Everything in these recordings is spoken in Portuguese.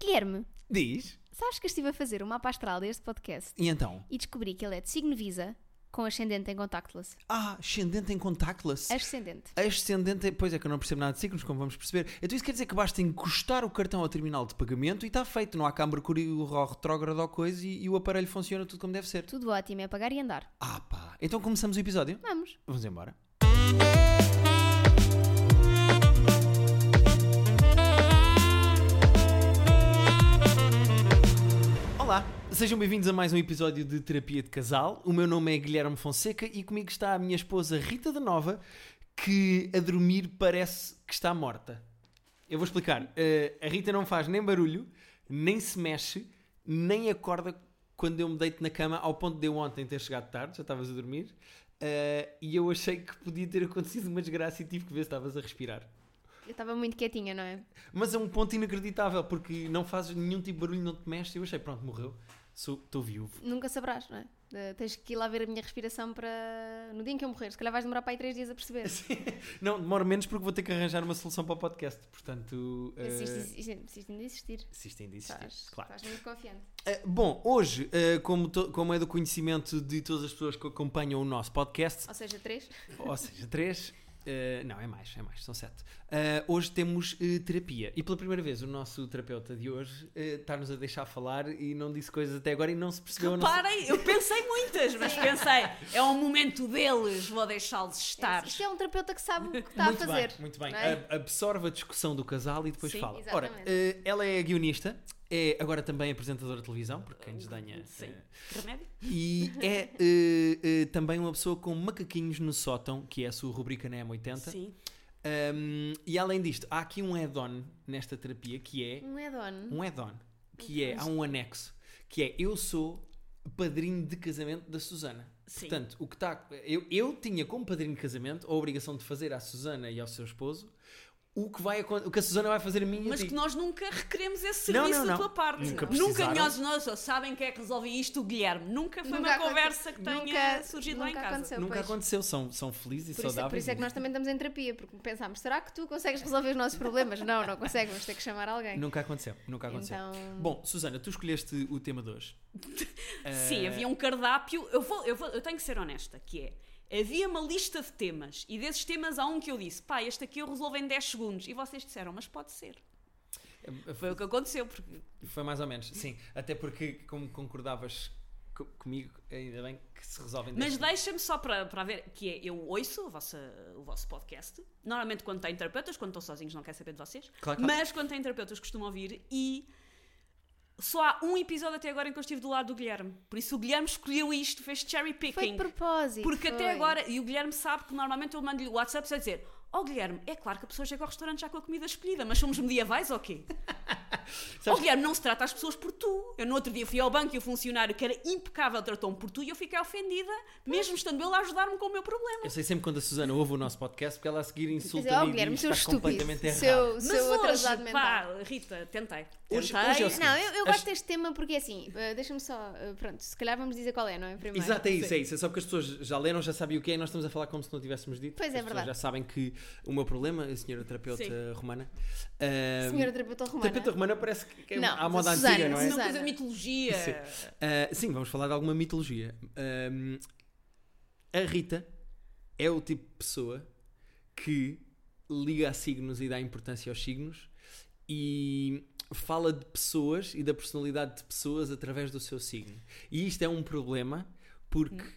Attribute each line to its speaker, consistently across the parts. Speaker 1: Guilherme,
Speaker 2: Diz.
Speaker 1: sabes que eu estive a fazer o mapa astral deste podcast
Speaker 2: E então?
Speaker 1: e descobri que ele é de signo Visa, com ascendente em contactless.
Speaker 2: Ah, ascendente em contactless.
Speaker 1: Ascendente.
Speaker 2: Ascendente, em- pois é que eu não percebo nada de signos, como vamos perceber. Então isso quer dizer que basta encostar o cartão ao terminal de pagamento e está feito. Não há cá mercúrio ou retrógrado ou coisa e, e o aparelho funciona tudo como deve ser.
Speaker 1: Tudo ótimo, é pagar e andar.
Speaker 2: Ah pá, então começamos o episódio?
Speaker 1: Vamos.
Speaker 2: Vamos embora. Olá, sejam bem-vindos a mais um episódio de Terapia de Casal. O meu nome é Guilherme Fonseca e comigo está a minha esposa Rita de Nova, que a dormir parece que está morta. Eu vou explicar. Eh, a Rita não faz nem barulho, nem se mexe, nem acorda quando eu me deito na cama, ao ponto de eu ontem ter chegado tarde, já estavas a dormir, eh, e eu achei que podia ter acontecido uma desgraça e tive que ver se estavas a respirar.
Speaker 1: Eu estava muito quietinha, não é?
Speaker 2: Mas é um ponto inacreditável, porque não fazes nenhum tipo de barulho, não te mexes, eu achei, pronto, morreu. Sou, estou viúvo.
Speaker 1: Nunca saberás, não é? De- tens que ir lá ver a minha respiração para. no dia em que eu morrer. Se calhar vais demorar para aí três dias a perceber.
Speaker 2: Não, demora menos porque vou ter que arranjar uma solução para o podcast, portanto... eh,
Speaker 1: Assiste, assiste, assiste, de existir.
Speaker 2: se isto ainda existir,
Speaker 1: Estás,
Speaker 2: claro.
Speaker 1: estás muito confiante.
Speaker 2: Uh, bom, hoje, uh, como, to- como é do conhecimento de todas as pessoas que acompanham o nosso podcast,
Speaker 1: Ou seja, três.
Speaker 2: ou seja, três, uh, não, é mais, é mais, são sete. Uh, hoje temos uh, terapia e pela primeira vez o nosso terapeuta de hoje uh, está-nos a deixar falar e não disse coisas até agora e não se percebeu. a nossa-
Speaker 3: Reparem, eu pensei muitas, mas pensei, é um momento deles, vou deixá-los estar.
Speaker 1: Isto é um terapeuta que sabe o que está
Speaker 2: muito
Speaker 1: a fazer.
Speaker 2: Bem, muito bem.
Speaker 1: não é?
Speaker 2: Ab- Absorve a discussão do casal e depois
Speaker 3: Sim,
Speaker 2: fala.
Speaker 1: exatamente.
Speaker 2: Ora, eh, ela é guionista, é agora também apresentadora de televisão, porque quem desdenha.
Speaker 3: Sim.
Speaker 2: eh,
Speaker 3: Remédio?
Speaker 2: E é eh, eh, também uma pessoa com macaquinhos no sótão, que é a sua rubrica na M80.
Speaker 3: Sim.
Speaker 2: Um, e além disto, há aqui um add-on nesta terapia que é.
Speaker 1: Um add-on.
Speaker 2: Um add-on. Que é. Há um anexo. Que é: Eu sou padrinho de casamento da Susana.
Speaker 3: Sim.
Speaker 2: Portanto, o que está. Eu, eu tinha como padrinho de casamento a obrigação de fazer à Susana e ao seu esposo o que, vai, acon- o que a Susana vai fazer a mim e a
Speaker 3: Mas
Speaker 2: ti.
Speaker 3: que nós nunca requeremos esse
Speaker 2: Não,
Speaker 3: serviço
Speaker 2: não,
Speaker 3: da
Speaker 2: não.
Speaker 3: tua parte.
Speaker 2: Nunca
Speaker 3: nunca
Speaker 2: precisaram.
Speaker 3: nós, nós só sabem quem é que resolve isto, o Guilherme. Nunca foi
Speaker 1: Nunca
Speaker 3: uma conversa que
Speaker 1: aconte-
Speaker 3: tenha
Speaker 1: nunca-
Speaker 3: surgido lá em
Speaker 1: nunca
Speaker 3: casa.
Speaker 1: aconteceu.
Speaker 2: Nunca
Speaker 1: pois.
Speaker 2: aconteceu. São, são felizes e
Speaker 1: Por isso,
Speaker 2: saudáveis.
Speaker 1: por isso é que nós também estamos em terapia, porque pensámos, será que tu consegues resolver os nossos problemas? Não, não consegues, vamos ter que chamar alguém.
Speaker 2: Nunca aconteceu. Nunca aconteceu.
Speaker 1: Então,
Speaker 2: Bom, Susana, tu escolheste o tema de hoje. É.
Speaker 3: Sim, havia um cardápio. Eu, vou, eu, vou, eu tenho que ser honesta, que é. Havia uma lista de temas e desses temas há um que eu disse, pá, este aqui eu resolvo em 10 segundos. E vocês disseram, mas pode ser.
Speaker 2: Eh,
Speaker 3: Foi o que aconteceu, porque
Speaker 2: Foi mais ou menos, sim. Até porque, como concordavas co- comigo, ainda bem que se resolvem.
Speaker 3: Mas
Speaker 2: desta-
Speaker 3: deixa-me só para, para ver, que é, eu ouço a vossa- o vosso podcast, normalmente quando tem terapeutas, quando estão sozinhos não quero saber de vocês,
Speaker 2: Claro, claro.
Speaker 3: mas quando tem terapeutas costumo ouvir e só há um episódio até agora em que eu estive do lado do Guilherme, por isso o Guilherme escolheu isto, fez
Speaker 1: foi
Speaker 3: cherry
Speaker 1: de
Speaker 3: picking,
Speaker 1: propósito.
Speaker 3: porque
Speaker 1: foi.
Speaker 3: até agora, e o Guilherme sabe que normalmente eu mando-lhe o WhatsApp a dizer, oh Guilherme, é claro que a pessoa chega ao restaurante já com a comida escolhida, mas somos medievais ou quê? Oh
Speaker 2: Sabes-
Speaker 3: Guilherme, não se trata as pessoas por tu. Eu no outro dia fui ao banco e o funcionário que era impecável tratou-me por tu e eu fiquei ofendida, mesmo estando ele a ajudar-me com o meu problema.
Speaker 2: Eu sei sempre quando a Susana ouve o nosso podcast porque ela a seguir
Speaker 1: Quer
Speaker 2: insulta
Speaker 1: dizer, oh, Guilherme,
Speaker 2: está
Speaker 1: seu estúpido, é
Speaker 2: completamente errado.
Speaker 1: seu,
Speaker 3: Mas
Speaker 1: seu
Speaker 3: hoje,
Speaker 1: atrasado mental.
Speaker 3: pá, Rita, tentei.
Speaker 2: Hoje-
Speaker 3: Tentei.
Speaker 2: hoje eu-
Speaker 1: Não, eu, eu
Speaker 2: é As-
Speaker 1: gosto deste tema porque é assim, eh, deixa-me só, eh, pronto, se calhar vamos dizer qual é, não é? Primeiro.
Speaker 2: Exato, é isso, é isso. É só porque as pessoas já leram, já sabem o que é e nós estamos a falar como se não tivéssemos dito.
Speaker 1: Pois é,
Speaker 2: as pessoas
Speaker 1: verdade.
Speaker 2: já sabem que o meu problema, a senhora terapeuta
Speaker 3: Sim.
Speaker 2: romana. ah,
Speaker 1: Senhora terapeuta romana.
Speaker 2: terapeuta romana parece que é
Speaker 1: Não,
Speaker 2: à moda
Speaker 1: Susana,
Speaker 2: antiga, não é?
Speaker 3: Uma coisa
Speaker 1: Susana.
Speaker 3: de mitologia.
Speaker 2: Sim. Ah, sim, vamos falar de alguma mitologia. Ahm, a Rita é o tipo de pessoa que liga a signos e dá importância aos signos e fala de pessoas e da personalidade de pessoas através do seu signo. E isto é um problema porque
Speaker 3: Hum.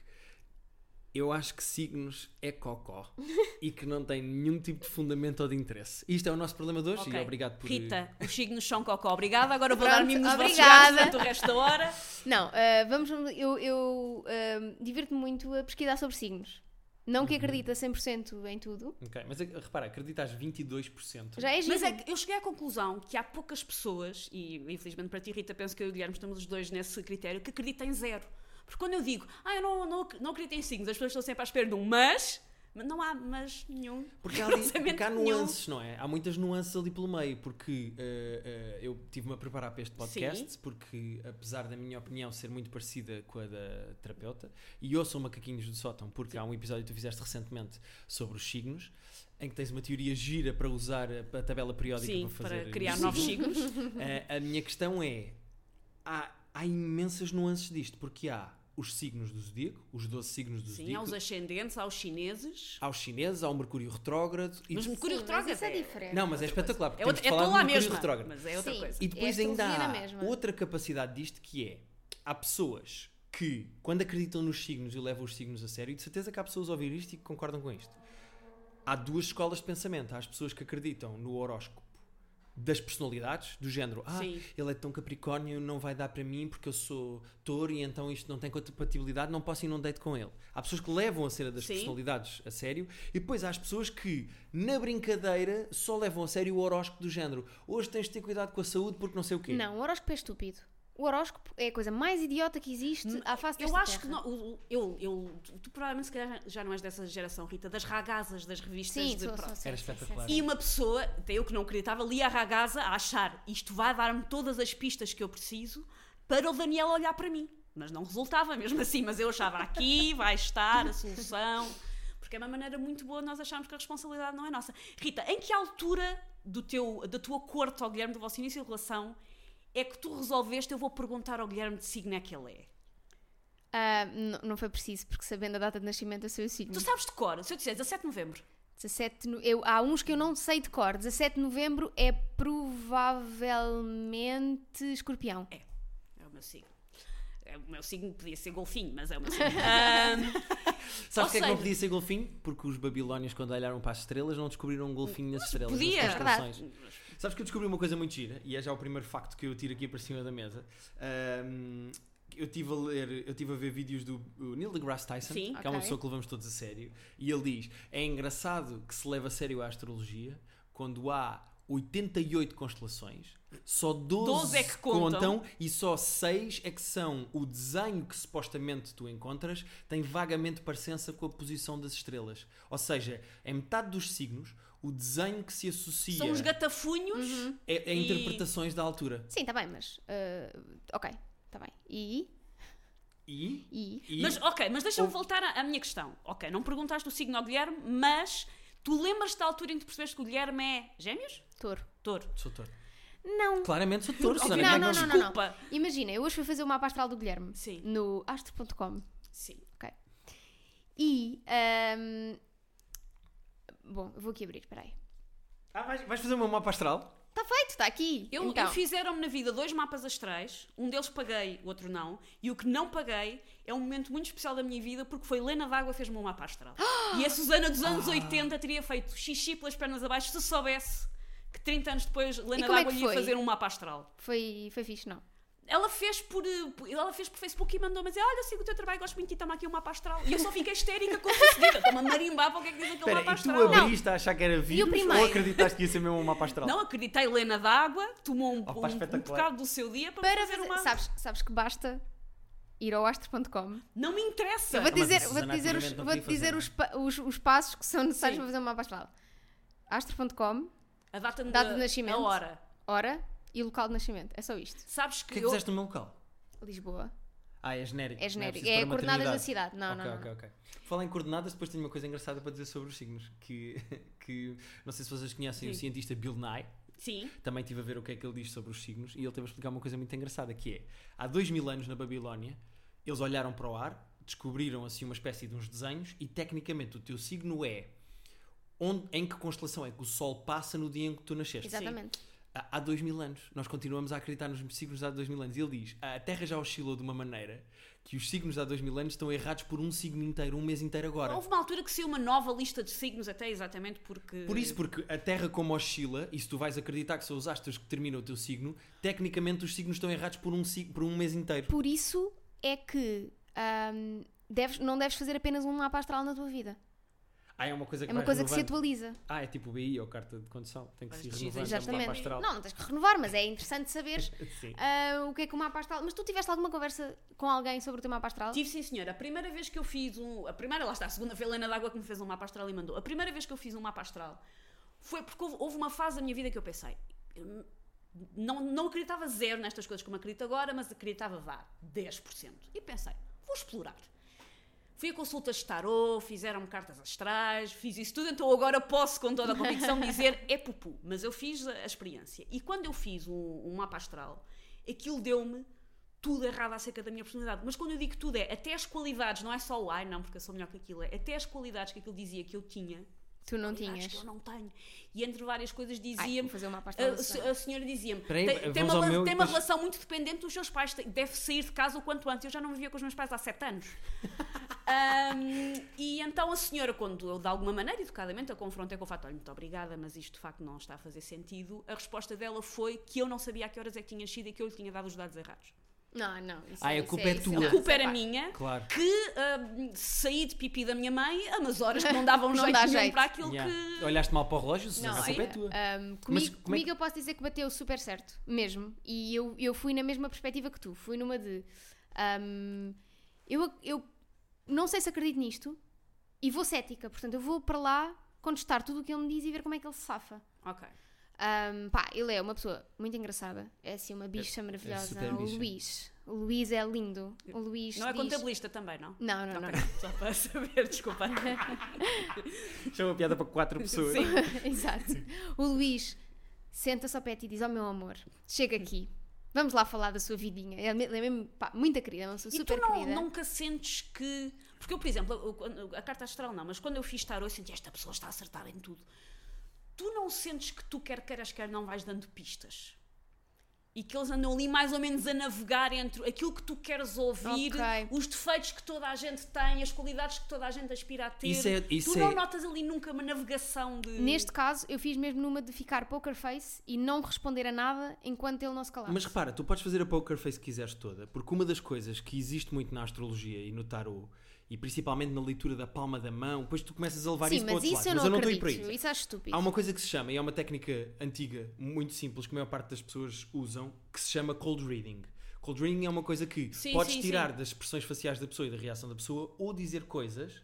Speaker 2: eu acho que signos é cocó e que não tem nenhum tipo de fundamento ou de interesse. Isto é o nosso problema de hoje
Speaker 3: Ok.
Speaker 2: e obrigado por
Speaker 3: Rita, os signos são cocó. Obrigada. Agora eu vou
Speaker 1: Pronto,
Speaker 3: dar mimos aos vossos
Speaker 1: obrigada.
Speaker 3: gatos durante o resto da hora.
Speaker 1: Não, eh, vamos, eu, eu eh, divirto-me muito a pesquisar sobre signos. Não que
Speaker 2: Uhum.
Speaker 1: acredita 100% em tudo,
Speaker 2: Ok, mas eh, repara, acredita às 22%.
Speaker 1: já é giro.
Speaker 3: Mas é que eu cheguei à conclusão que há poucas pessoas, e infelizmente para ti, Rita, penso que eu e o Guilherme estamos os dois nesse critério, que acreditam em zero. Porque quando eu digo, ah, eu não, não, ac- não acredito em signos, as pessoas estão sempre à espera de um, mas Mas não há, mas nenhum.
Speaker 2: Porque há, ali-
Speaker 3: Cruzamento
Speaker 2: porque há
Speaker 3: nenhum.
Speaker 2: nuances, não é? Há muitas nuances ali pelo meio, porque eh, eh, eu estive-me a preparar para este podcast, porque apesar da minha opinião ser muito parecida com a da terapeuta, e eu sou macaquinhos do sótão, porque há um episódio que tu fizeste recentemente sobre os signos, em que tens uma teoria gira para usar a, a tabela periódica
Speaker 3: Sim,
Speaker 2: para fazer
Speaker 3: para criar
Speaker 2: isso.
Speaker 3: novos signos.
Speaker 2: Eh, a minha questão é: há, há imensas nuances disto, porque há os signos do zodíaco, os 12 signos do
Speaker 3: Sim,
Speaker 2: zodíaco,
Speaker 3: há os ascendentes, há os chineses.
Speaker 2: há os chineses, há o Mercúrio retrógrado e
Speaker 3: Mas Mercúrio
Speaker 1: Sim, mas
Speaker 3: retrógrado
Speaker 1: isso é
Speaker 3: é-
Speaker 1: diferente.
Speaker 2: não, mas é espetacular. porque
Speaker 3: É, outra, é
Speaker 2: temos de
Speaker 3: tão
Speaker 2: falar
Speaker 3: lá
Speaker 2: de Mercúrio
Speaker 3: mesma,
Speaker 2: retrógrado.
Speaker 3: mas é outra
Speaker 1: Sim.
Speaker 3: coisa.
Speaker 2: E depois
Speaker 1: É
Speaker 2: ainda
Speaker 1: filosofia
Speaker 2: há
Speaker 1: na mesma.
Speaker 2: outra capacidade disto que é: há pessoas que, quando acreditam nos signos e levam os signos a sério, e de certeza que há pessoas a ouvir isto e que concordam com isto. Há duas escolas de pensamento. Há as pessoas que acreditam no horóscopo das personalidades, do género, ah,
Speaker 3: Sim.
Speaker 2: ele é tão capricórnio, não vai dar para mim porque eu sou touro e então isto não tem compatibilidade, não posso ir num date com ele. Há pessoas que levam a cena das
Speaker 3: Sim.
Speaker 2: personalidades a sério e depois há as pessoas que, na brincadeira, só levam a sério o horóscopo do género. Hoje tens de ter cuidado com a saúde porque não sei o quê.
Speaker 1: Não, o horóscopo é estúpido. O horóscopo é a coisa mais idiota que existe
Speaker 2: Hum.
Speaker 1: à face
Speaker 3: Eu
Speaker 1: desta
Speaker 3: acho que
Speaker 1: terra.
Speaker 3: não- o- o- eu, eu- tu, tu provavelmente se calhar já não és dessa geração, Rita, das ragazas das revistas
Speaker 1: Sim,
Speaker 3: de
Speaker 1: sou,
Speaker 3: pro-
Speaker 1: sou, sou,
Speaker 2: Era
Speaker 1: sou,
Speaker 2: espetacular.
Speaker 3: E uma pessoa, até eu que não acreditava, lia a ragaza a achar isto vai dar-me todas as pistas que eu preciso para o Daniel olhar para mim. Mas não resultava mesmo assim, mas eu achava aqui vai estar a solução, porque é uma maneira muito boa de nós acharmos que a responsabilidade não é nossa. Rita, em que altura do teu, da tua corte ao Guilherme, do vosso início de relação, é que tu resolveste eu vou perguntar ao Guilherme de signo é que ele é?
Speaker 1: Ah, não, não foi preciso, porque sabendo a data de nascimento eu sei o signo.
Speaker 3: Tu sabes de cor, se eu disser 17 de novembro,
Speaker 1: 17 de no- eu, há uns que eu não sei de cor. 17 de novembro é provavelmente escorpião.
Speaker 3: É, é o meu signo. É, o meu signo podia ser golfinho, mas é o meu signo. Ah, Ahm,
Speaker 2: Sabes
Speaker 3: Ou
Speaker 2: porque é que não
Speaker 3: seja-
Speaker 2: podia ser golfinho? Porque os babilónios, quando olharam para as estrelas, não descobriram um golfinho nas estrelas. nas
Speaker 3: podia. é
Speaker 2: constelações. Sabes que eu descobri uma coisa muito gira, e é já o primeiro facto que eu tiro aqui para cima da mesa. Ahm, eu estive a ler, eu estive a ver vídeos do o Neil deGrasse Tyson,
Speaker 3: Sim.
Speaker 2: que é uma
Speaker 1: Ok.
Speaker 2: pessoa que levamos todos a sério, e ele diz: é engraçado que se leva a sério a astrologia quando há 88 constelações, só 12,
Speaker 3: 12 é que contam.
Speaker 2: e só 6 é que são o desenho que supostamente tu encontras tem vagamente parecença com a posição das estrelas. Ou seja, em metade dos signos, o desenho que se associa
Speaker 3: são os gatafunhos.
Speaker 1: Uhum.
Speaker 2: é, é
Speaker 3: E-
Speaker 2: interpretações da altura.
Speaker 1: Sim, está bem, mas. ah, ok, está bem. E.
Speaker 2: E.
Speaker 1: E.
Speaker 2: e
Speaker 3: Mas, ok, mas deixa-me
Speaker 2: Ou-
Speaker 3: voltar à, à minha questão. Ok, não perguntaste o signo ao Guilherme, mas tu lembras-te da altura em que percebeste que o Guilherme é gêmeos?
Speaker 1: Touro.
Speaker 3: Touro.
Speaker 2: Sou torto.
Speaker 1: Não.
Speaker 2: Claramente sou torto,
Speaker 3: Ok,
Speaker 2: Susana.
Speaker 1: não,
Speaker 2: como é que
Speaker 1: não,
Speaker 2: nós-
Speaker 1: não.
Speaker 3: Desculpa.
Speaker 1: Imagina, eu hoje fui fazer o mapa astral do Guilherme
Speaker 3: Sim.
Speaker 1: no astro.com.
Speaker 3: Sim.
Speaker 1: E. ahm, bom, eu vou aqui abrir, peraí.
Speaker 2: Ah, vais, vais fazer uma mapa astral?
Speaker 1: Está Tá feito, está aqui.
Speaker 3: Eu,
Speaker 1: então,
Speaker 3: eu fizeram-me na vida dois mapas astrais, um deles paguei, o outro não, e o que não paguei é um momento muito especial da minha vida porque foi Helena D'Água fez-me um mapa astral. e a Susana dos
Speaker 1: Ah.
Speaker 3: anos 80 teria feito xixi pelas pernas abaixo se soubesse que 30 anos depois Helena
Speaker 1: como é
Speaker 3: D'Água
Speaker 1: que
Speaker 3: lhe ia
Speaker 1: foi?
Speaker 3: fazer um mapa astral.
Speaker 1: Foi, foi fixe, não.
Speaker 3: Ela fez por, eh, por- ela fez por Facebook e mandou-me dizer: Olha, sigo o teu trabalho, gosto muito de ti, toma aqui um mapa astral. E eu só fiquei histérica com a sucedida, estou-me a marimbar para o que é que diz aquele
Speaker 2: Espera,
Speaker 3: mapa
Speaker 2: e tu
Speaker 3: astral. Não,
Speaker 2: abriste a achar que era vírus ou
Speaker 1: primeiro?
Speaker 2: acreditaste que ia ser mesmo um mapa astral?
Speaker 3: não acreditei, Helena D'Água tomou um,
Speaker 2: Opa,
Speaker 3: um, um
Speaker 2: espetacular.
Speaker 3: bocado do seu dia para, me
Speaker 1: Para
Speaker 3: fazer
Speaker 1: fazer-
Speaker 3: uma.
Speaker 1: sabes, sabes que basta ir ao astro.com.
Speaker 3: Não me interessa.
Speaker 1: Eu vou
Speaker 2: mas a
Speaker 1: dizer,
Speaker 2: Susana
Speaker 1: vou dizer, os,
Speaker 2: ativamente não é?
Speaker 1: vou
Speaker 2: podia
Speaker 1: dizer
Speaker 2: fazer,
Speaker 1: os, pa- os, os passos que são necessários
Speaker 3: Sim.
Speaker 1: para fazer um mapa astral. Astro.com,
Speaker 3: A data de,
Speaker 1: Data de nascimento.
Speaker 3: A hora.
Speaker 1: hora e local de nascimento. É só isto.
Speaker 3: Sabes
Speaker 2: O
Speaker 3: que,
Speaker 2: que é que
Speaker 3: eu...
Speaker 2: fizeste no meu local?
Speaker 1: Lisboa.
Speaker 2: Ah, é genérico.
Speaker 1: É
Speaker 2: não
Speaker 1: genérico.
Speaker 2: preciso
Speaker 1: É,
Speaker 2: pôr
Speaker 1: coordenadas da
Speaker 2: maternidade.
Speaker 1: cidade. Não,
Speaker 2: ok,
Speaker 1: não, não.
Speaker 2: ok, ok. Falar em coordenadas, depois tenho uma coisa engraçada para dizer sobre os signos. Que, que não sei se vocês conhecem o
Speaker 3: Sim.
Speaker 2: cientista Bill Nye.
Speaker 3: Sim.
Speaker 2: Também estive a ver o que é que ele diz sobre os signos e ele teve a explicar uma coisa muito engraçada que é, há dois mil anos na Babilónia, eles olharam para o ar, descobriram assim uma espécie de uns desenhos e tecnicamente o teu signo é onde, em que constelação é que o Sol passa no dia em que tu nasceste.
Speaker 1: Exatamente.
Speaker 2: Há há dois mil anos. Nós continuamos a acreditar nos signos de há dois mil anos. E ele diz: a Terra já oscilou de uma maneira que os signos de há dois mil anos estão errados por um signo inteiro, um mês inteiro agora.
Speaker 3: Houve uma altura que saiu uma nova lista de signos, até exatamente porque.
Speaker 2: Por isso, porque a Terra como oscila, e se tu vais acreditar que são os astros que terminam o teu signo, tecnicamente os signos estão errados por um, sig- por um mês inteiro.
Speaker 1: Por isso hum, é que ahm, deves, não deves fazer apenas um mapa astral na tua vida.
Speaker 2: Ah, é uma coisa que
Speaker 1: É uma
Speaker 2: vai
Speaker 1: coisa que se
Speaker 2: renovando.
Speaker 1: atualiza.
Speaker 2: Ah, é tipo BI ou carta de condução. Tem que
Speaker 3: Mas
Speaker 2: se
Speaker 3: decidem
Speaker 2: renovar.
Speaker 3: já estamos lá
Speaker 1: Exatamente.
Speaker 2: Astral.
Speaker 1: Não, não tens que renovar, mas é interessante saberes
Speaker 2: Sim.
Speaker 1: ah, o que é que o mapa astral. Mas tu tiveste alguma conversa com alguém sobre o teu mapa astral?
Speaker 3: Tive sim, senhora. A primeira vez que eu fiz um. A primeira, lá está, a segunda foi a Helena d'Água que me fez um mapa astral e mandou. A primeira vez que eu fiz um mapa astral foi porque houve, houve uma fase da minha vida que eu pensei. eu Não, não acreditava zero nestas coisas como acredito agora, mas acreditava vá 10%. E pensei, vou explorar. Fui a consultas de tarô, fizeram-me cartas astrais, fiz isso tudo, então agora posso com toda a convicção dizer é pupu. Mas eu fiz a a experiência. E quando eu fiz um, um mapa astral, aquilo deu-me tudo errado acerca da minha personalidade. Mas quando eu digo tudo é até as qualidades, não é só o ai, não, porque eu sou melhor que aquilo, é até as qualidades que aquilo dizia que eu tinha.
Speaker 1: Tu não
Speaker 3: qualidades que
Speaker 1: tinhas.
Speaker 3: eu não tenho. E entre várias coisas
Speaker 1: Ai, vou
Speaker 3: dizia-me.
Speaker 1: fazer um mapa
Speaker 3: A,
Speaker 1: astral. da
Speaker 3: se-
Speaker 1: Susana.
Speaker 3: a senhora dizia-me:
Speaker 2: Peraí,
Speaker 3: tem, tem
Speaker 2: vamos
Speaker 3: uma,
Speaker 2: ao
Speaker 3: rela-
Speaker 2: meu e
Speaker 3: tem uma
Speaker 2: depois-
Speaker 3: relação muito dependente dos seus pais, tem- deve sair de casa o quanto antes. Eu já não vivia com os meus pais há sete anos. Ahm, e então a senhora, quando eu de alguma maneira, educadamente, a confrontei com o fato: olha, muito obrigada, mas isto de facto não está a fazer sentido. A resposta dela foi que eu não sabia a que horas é que tinha sido e que eu lhe tinha dado os dados errados.
Speaker 1: Não, não. Isso,
Speaker 2: Ah, a
Speaker 1: isso
Speaker 2: culpa é
Speaker 1: isso
Speaker 2: tua.
Speaker 1: não,
Speaker 3: A culpa era
Speaker 1: isso é
Speaker 3: minha.
Speaker 2: Claro.
Speaker 3: Que ahm, saí de pipi da minha mãe a umas horas que não davam
Speaker 1: Não
Speaker 3: jeito
Speaker 1: dá
Speaker 3: nenhum
Speaker 1: jeito.
Speaker 3: para aquilo
Speaker 2: Yeah.
Speaker 3: que.
Speaker 2: Olhaste mal para o relógio,
Speaker 1: Não,
Speaker 2: Susana, a culpa é
Speaker 1: olha,
Speaker 2: tua.
Speaker 1: hum, comigo,
Speaker 2: Mas como é que-
Speaker 1: comigo eu posso dizer que bateu super certo, mesmo. E eu, eu fui na mesma perspectiva que tu, fui numa de. hum, eu, ac- eu não sei se acredito nisto e vou cética, portanto, eu vou para lá contestar tudo o que ele me diz e ver como é que ele se safa.
Speaker 3: Ok.
Speaker 1: Hum, pá, ele é uma pessoa muito engraçada, é assim, uma bicha maravilhosa.
Speaker 2: super
Speaker 1: o
Speaker 2: bicha.
Speaker 1: Luís. O Luís é lindo. O Luís.
Speaker 3: Não é
Speaker 1: diz-
Speaker 3: contabilista também, não?
Speaker 1: Não, não, não.
Speaker 3: Ok, Só para saber, desculpa.
Speaker 2: Chama a é piada para quatro pessoas.
Speaker 3: Sim.
Speaker 1: Exato. O Luís senta-se ao pé de ti e diz: Ó meu amor, chega aqui, vamos lá falar da sua vidinha. Ele é mesmo pá, muito querida, é uma pessoa
Speaker 3: E
Speaker 1: super
Speaker 3: tu não,
Speaker 1: querida.
Speaker 3: nunca sentes que. Porque eu, por exemplo, eu- quando- a carta astral não, mas quando eu fiz tarot, eu senti esta pessoa está a acertar em tudo. Tu não sentes que tu, quer queiras, quer não, vais dando pistas. E que eles andam ali mais ou menos a navegar entre aquilo que tu queres ouvir,
Speaker 1: Ok.
Speaker 3: os defeitos que toda a gente tem, as qualidades que toda a gente aspira a ter.
Speaker 2: Isso é-
Speaker 3: tu
Speaker 2: isso
Speaker 3: não
Speaker 2: é-
Speaker 3: notas ali nunca uma navegação de.
Speaker 1: Neste caso, eu fiz mesmo numa de ficar poker face e não responder a nada enquanto ele não se calar.
Speaker 2: Mas repara, tu podes fazer a poker face que quiseres toda, porque uma das coisas que existe muito na astrologia e no tarot, e principalmente na leitura da palma da mão, depois tu começas a levar
Speaker 1: Sim,
Speaker 2: isso para
Speaker 1: mas
Speaker 2: outros
Speaker 1: isso
Speaker 2: lados.
Speaker 1: eu não
Speaker 2: mas eu não estou aí
Speaker 1: acredito.
Speaker 2: para isso.
Speaker 1: isso acho
Speaker 3: tipo
Speaker 1: estúpido.
Speaker 2: Há uma coisa que se chama, e é uma técnica antiga, muito simples, que a maior parte das pessoas usam, que se chama cold reading. Cold reading é uma coisa que
Speaker 3: Sim,
Speaker 2: podes
Speaker 3: sim,
Speaker 2: tirar
Speaker 3: sim.
Speaker 2: das expressões faciais da pessoa e da reação da pessoa, ou dizer coisas,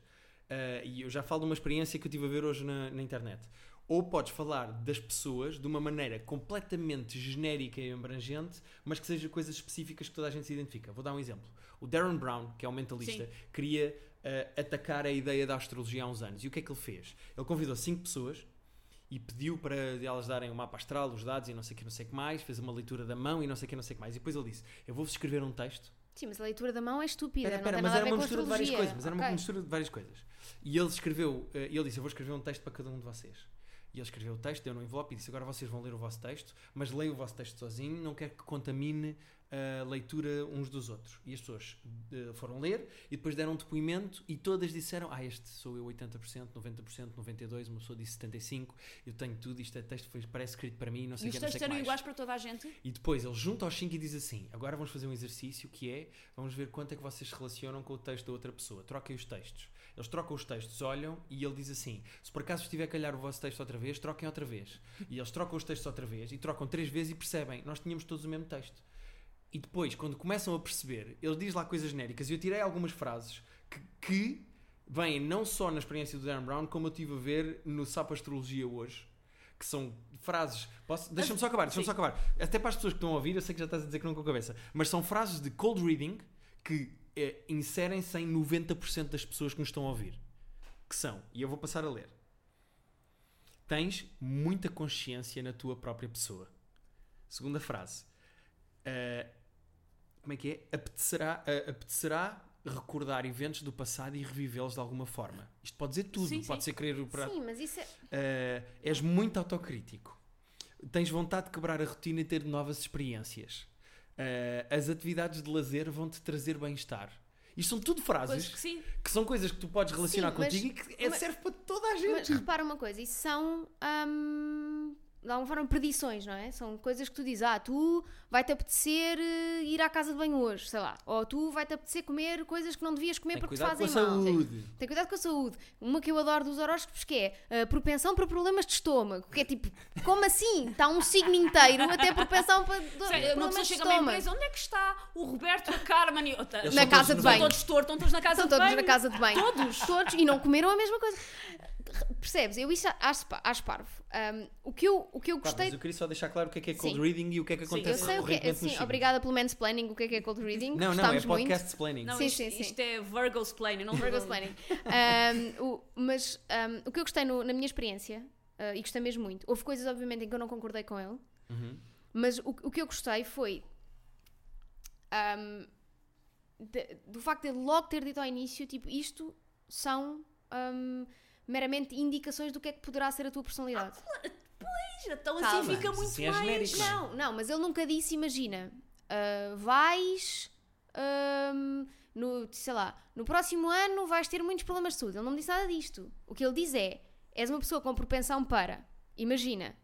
Speaker 2: eh, e eu já falo de uma experiência que eu tive a ver hoje na, na internet, ou podes falar das pessoas de uma maneira completamente genérica e abrangente, mas que seja coisas específicas que toda a gente se identifica. Vou dar um exemplo. O Darren Brown, que é um mentalista,
Speaker 3: Sim.
Speaker 2: queria eh, atacar a ideia da astrologia há uns anos. E o que é que ele fez? Ele convidou cinco pessoas e pediu para elas darem o mapa astral, os dados e não sei o que, não sei o que mais, fez uma leitura da mão e não sei o que, não sei o que mais. E depois ele disse: Eu vou-vos escrever um texto.
Speaker 1: Sim, mas a leitura da mão é estúpida.
Speaker 2: Pera,
Speaker 1: não
Speaker 2: pera,
Speaker 1: tem
Speaker 2: mas
Speaker 1: nada
Speaker 2: era
Speaker 1: a ver
Speaker 2: uma
Speaker 1: com
Speaker 2: mistura de várias
Speaker 1: astrologia.
Speaker 2: coisas. Mas era uma
Speaker 1: Ok.
Speaker 2: mistura de várias coisas. E ele escreveu: eh, Ele disse, Eu vou escrever um texto para cada um de vocês. E ele escreveu o texto, deu no envelope e disse: Agora vocês vão ler o vosso texto, mas leia o vosso texto sozinho, não quer que contamine eh, a leitura uns dos outros. E as pessoas eh, foram ler e depois deram um depoimento e todas disseram: Ah, este sou eu 80%, 90%, 92%, uma pessoa disse 75%, eu tenho tudo, isto é texto, foi, parece escrito para mim, não sei o
Speaker 3: E os
Speaker 2: é que, não sei o
Speaker 3: textos
Speaker 2: que
Speaker 3: eram
Speaker 2: mais.
Speaker 3: iguais para toda a gente?
Speaker 2: E depois ele junta aos 5 e diz assim: agora vamos fazer um exercício que é vamos ver quanto é que vocês se relacionam com o texto da outra pessoa. Troquem os textos. Eles trocam os textos, olham e ele diz assim: se por acaso estiver a calhar o vosso texto outra vez, troquem outra vez. E eles trocam os textos outra vez e trocam três vezes e percebem: nós tínhamos todos o mesmo texto. E depois, quando começam a perceber, ele diz lá coisas genéricas. E eu tirei algumas frases que, que vêm não só na experiência do Dan Brown, como eu estive a ver no Sapo Astrologia hoje. Que são frases. posso- Deixa-me só acabar, deixa-me só acabar. Até para as pessoas que estão a ouvir, eu sei que já estás a dizer que não com a cabeça. Mas são frases de cold reading que eh, inserem-se em 90% das pessoas que nos estão a ouvir. Que são, e eu vou passar a ler. Tens muita consciência na tua própria pessoa. Segunda frase. Eh, como é que é? Apetecerá, eh, apetecerá recordar eventos do passado e revivê-los de alguma forma. Isto pode dizer tudo.
Speaker 3: Sim,
Speaker 2: pode
Speaker 3: sim.
Speaker 2: ser querer para,
Speaker 1: Sim, mas isso é.
Speaker 2: Uh, és muito autocrítico. Tens vontade de quebrar a rotina e ter novas experiências. Uh, as atividades de lazer vão-te trazer bem-estar. Isto são tudo frases
Speaker 3: Coisas que
Speaker 2: que...
Speaker 3: sim.
Speaker 2: são coisas que tu podes relacionar
Speaker 1: Sim, mas-
Speaker 2: contigo e que é-
Speaker 1: mas-
Speaker 2: serve para toda a gente.
Speaker 1: Mas repara uma coisa, isso são. hum, de alguma forma, predições, não é? São coisas que tu dizes, ah, tu vai-te apetecer eh, ir à casa de banho hoje, sei lá. Ou tu vai-te apetecer comer coisas que não devias comer
Speaker 2: Tem
Speaker 1: porque te
Speaker 2: cuidado com
Speaker 1: fazem
Speaker 2: a
Speaker 1: mal.
Speaker 2: saúde.
Speaker 1: Tem cuidado com a saúde. Uma que eu adoro dos horóscopos que é eh, propensão para problemas de estômago. Que é tipo, como assim? Está um signo inteiro até propensão para do-
Speaker 3: Sério, É Uma
Speaker 1: problemas de
Speaker 3: pessoa chega a uma
Speaker 1: estômago.
Speaker 3: empresa, onde é que está o Roberto, a Carmen e outra?
Speaker 2: Eles
Speaker 1: Na
Speaker 2: são
Speaker 1: casa
Speaker 2: todos
Speaker 1: de
Speaker 2: nos
Speaker 3: Estão
Speaker 1: banho.
Speaker 3: todos tortos, estão todos na casa
Speaker 1: Estão
Speaker 3: de
Speaker 1: todos
Speaker 3: banho.
Speaker 1: na casa de banho.
Speaker 3: Todos?
Speaker 1: Todos. E não comeram a mesma coisa. Percebes? Eu isso acho, pa- acho parvo. Um, o, que eu, o que eu
Speaker 2: Claro,
Speaker 1: gostei
Speaker 2: mas eu queria só deixar claro o que é que é cold
Speaker 1: Sim.
Speaker 2: reading e o que é que
Speaker 3: Sim, eu
Speaker 1: Eu sei
Speaker 2: acontece
Speaker 1: o que é.
Speaker 2: recorrentemente nos
Speaker 1: Sim,
Speaker 2: signos.
Speaker 1: obrigada pelo mansplaining. O que é que é cold reading?
Speaker 2: Não, não, é
Speaker 1: Gostámos
Speaker 2: podcast planning.
Speaker 3: Não,
Speaker 1: Sim,
Speaker 3: isto,
Speaker 1: sim, sim.
Speaker 3: isto é Virgo's planning, não
Speaker 1: muito.
Speaker 3: Virgo's
Speaker 1: Virgo's planning. Ahm, o- mas ahm, o que eu gostei no- na minha experiência, ah, e gostei mesmo muito, houve coisas, obviamente, em que eu não concordei com ele,
Speaker 2: Uhum.
Speaker 1: mas o, o que eu gostei foi ahm, de- do facto de ele logo ter dito ao início: tipo, isto são. ahm, meramente indicações do que é que poderá ser a tua personalidade.
Speaker 3: Então assim
Speaker 1: Calma,
Speaker 3: fica
Speaker 2: mas
Speaker 3: muito
Speaker 2: assim é
Speaker 3: mais.
Speaker 2: genérico,
Speaker 3: Não,
Speaker 1: Não, não, mas ele nunca disse, imagina, ah, vais, ahm, no, sei lá, no próximo ano vais ter muitos problemas de saúde. Ele não me disse nada disto. O que ele diz é, és uma pessoa com propensão para, imagina,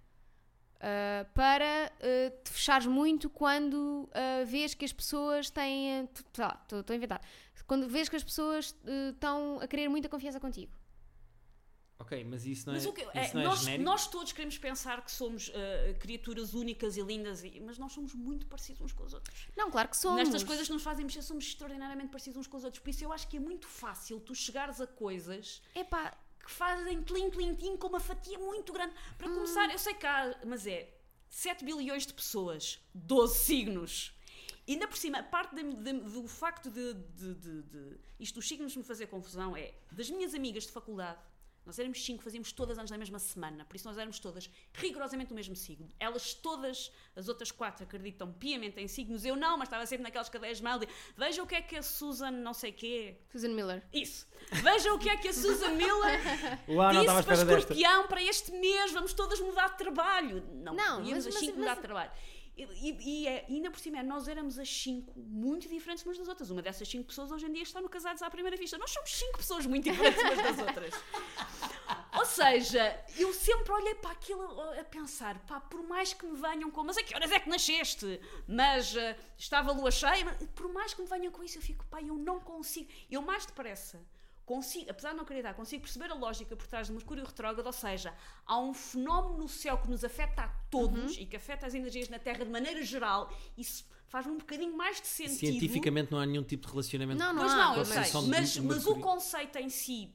Speaker 1: ah, para ah, te fechares muito quando ah, vês que as pessoas têm, ah, t- sei lá, estou a inventar, quando vês que as pessoas ah, estão a querer muita confiança contigo.
Speaker 2: Ok, mas isso não é,
Speaker 3: Mas o que,
Speaker 2: isso
Speaker 3: é,
Speaker 2: não é
Speaker 3: nós,
Speaker 2: genérico?
Speaker 3: nós todos queremos pensar que somos ah, criaturas únicas e lindas, e- mas nós somos muito parecidos uns com os outros.
Speaker 1: Não, claro que somos.
Speaker 3: Nestas coisas que nos fazem mexer, somos extraordinariamente parecidos uns com os outros. Por isso eu acho que é muito fácil tu chegares a coisas
Speaker 1: Epá,
Speaker 3: que fazem tlim, tlim, tlim com uma fatia muito grande. Para começar, eu sei que há, mas é 7 bilhões de pessoas, 12 signos. E ainda por cima, a parte da- da- do facto de, de- de- de- isto dos signos me fazer confusão é das minhas amigas de faculdade. Nós éramos cinco, fazíamos todas anos na mesma semana, por isso nós éramos todas rigorosamente o mesmo signo. Elas todas, as outras quatro, acreditam piamente em signos. Eu não, mas estava sempre naquelas cadeias de mal de veja o que é que a Susan não sei quê.
Speaker 1: Susan Miller.
Speaker 3: Isso. Veja o que é que a Susan Miller
Speaker 2: Uau, Ah, não estava à
Speaker 3: disse para
Speaker 2: espera desta.
Speaker 3: escorpião para este mês, vamos todas mudar de trabalho. Não,
Speaker 1: Não,
Speaker 3: íamos
Speaker 1: mas-
Speaker 3: as
Speaker 1: mas-
Speaker 3: 5
Speaker 1: mas-
Speaker 3: mudar de trabalho. E, e- e é- e ainda por cima, é, nós éramos as cinco muito diferentes umas das outras. Uma dessas cinco pessoas hoje em dia está no Casados à Primeira Vista. Nós somos cinco pessoas muito diferentes umas das outras. Ou seja, eu sempre olhei para aquilo a pensar, pá, por mais que me venham com, mas a que horas é que nasceste? Mas ah, estava a lua cheia, mas- por mais que me venham com isso, eu fico, pá, eu não consigo. Eu mais depressa consigo, apesar de não acreditar, consigo perceber a lógica por trás de Mercúrio retrógrado, ou seja, há um fenómeno no céu que nos afeta a todos
Speaker 2: Uhum.
Speaker 3: e que afeta as energias na Terra de maneira geral. Isso faz-me um bocadinho mais de sentido.
Speaker 2: Cientificamente não há nenhum tipo de relacionamento.
Speaker 1: Não, não
Speaker 3: Pois
Speaker 1: há,
Speaker 3: não, eu
Speaker 1: mas-
Speaker 3: sei,
Speaker 2: Concepção de
Speaker 3: mas, mas o
Speaker 2: Mercúrio.
Speaker 3: conceito em si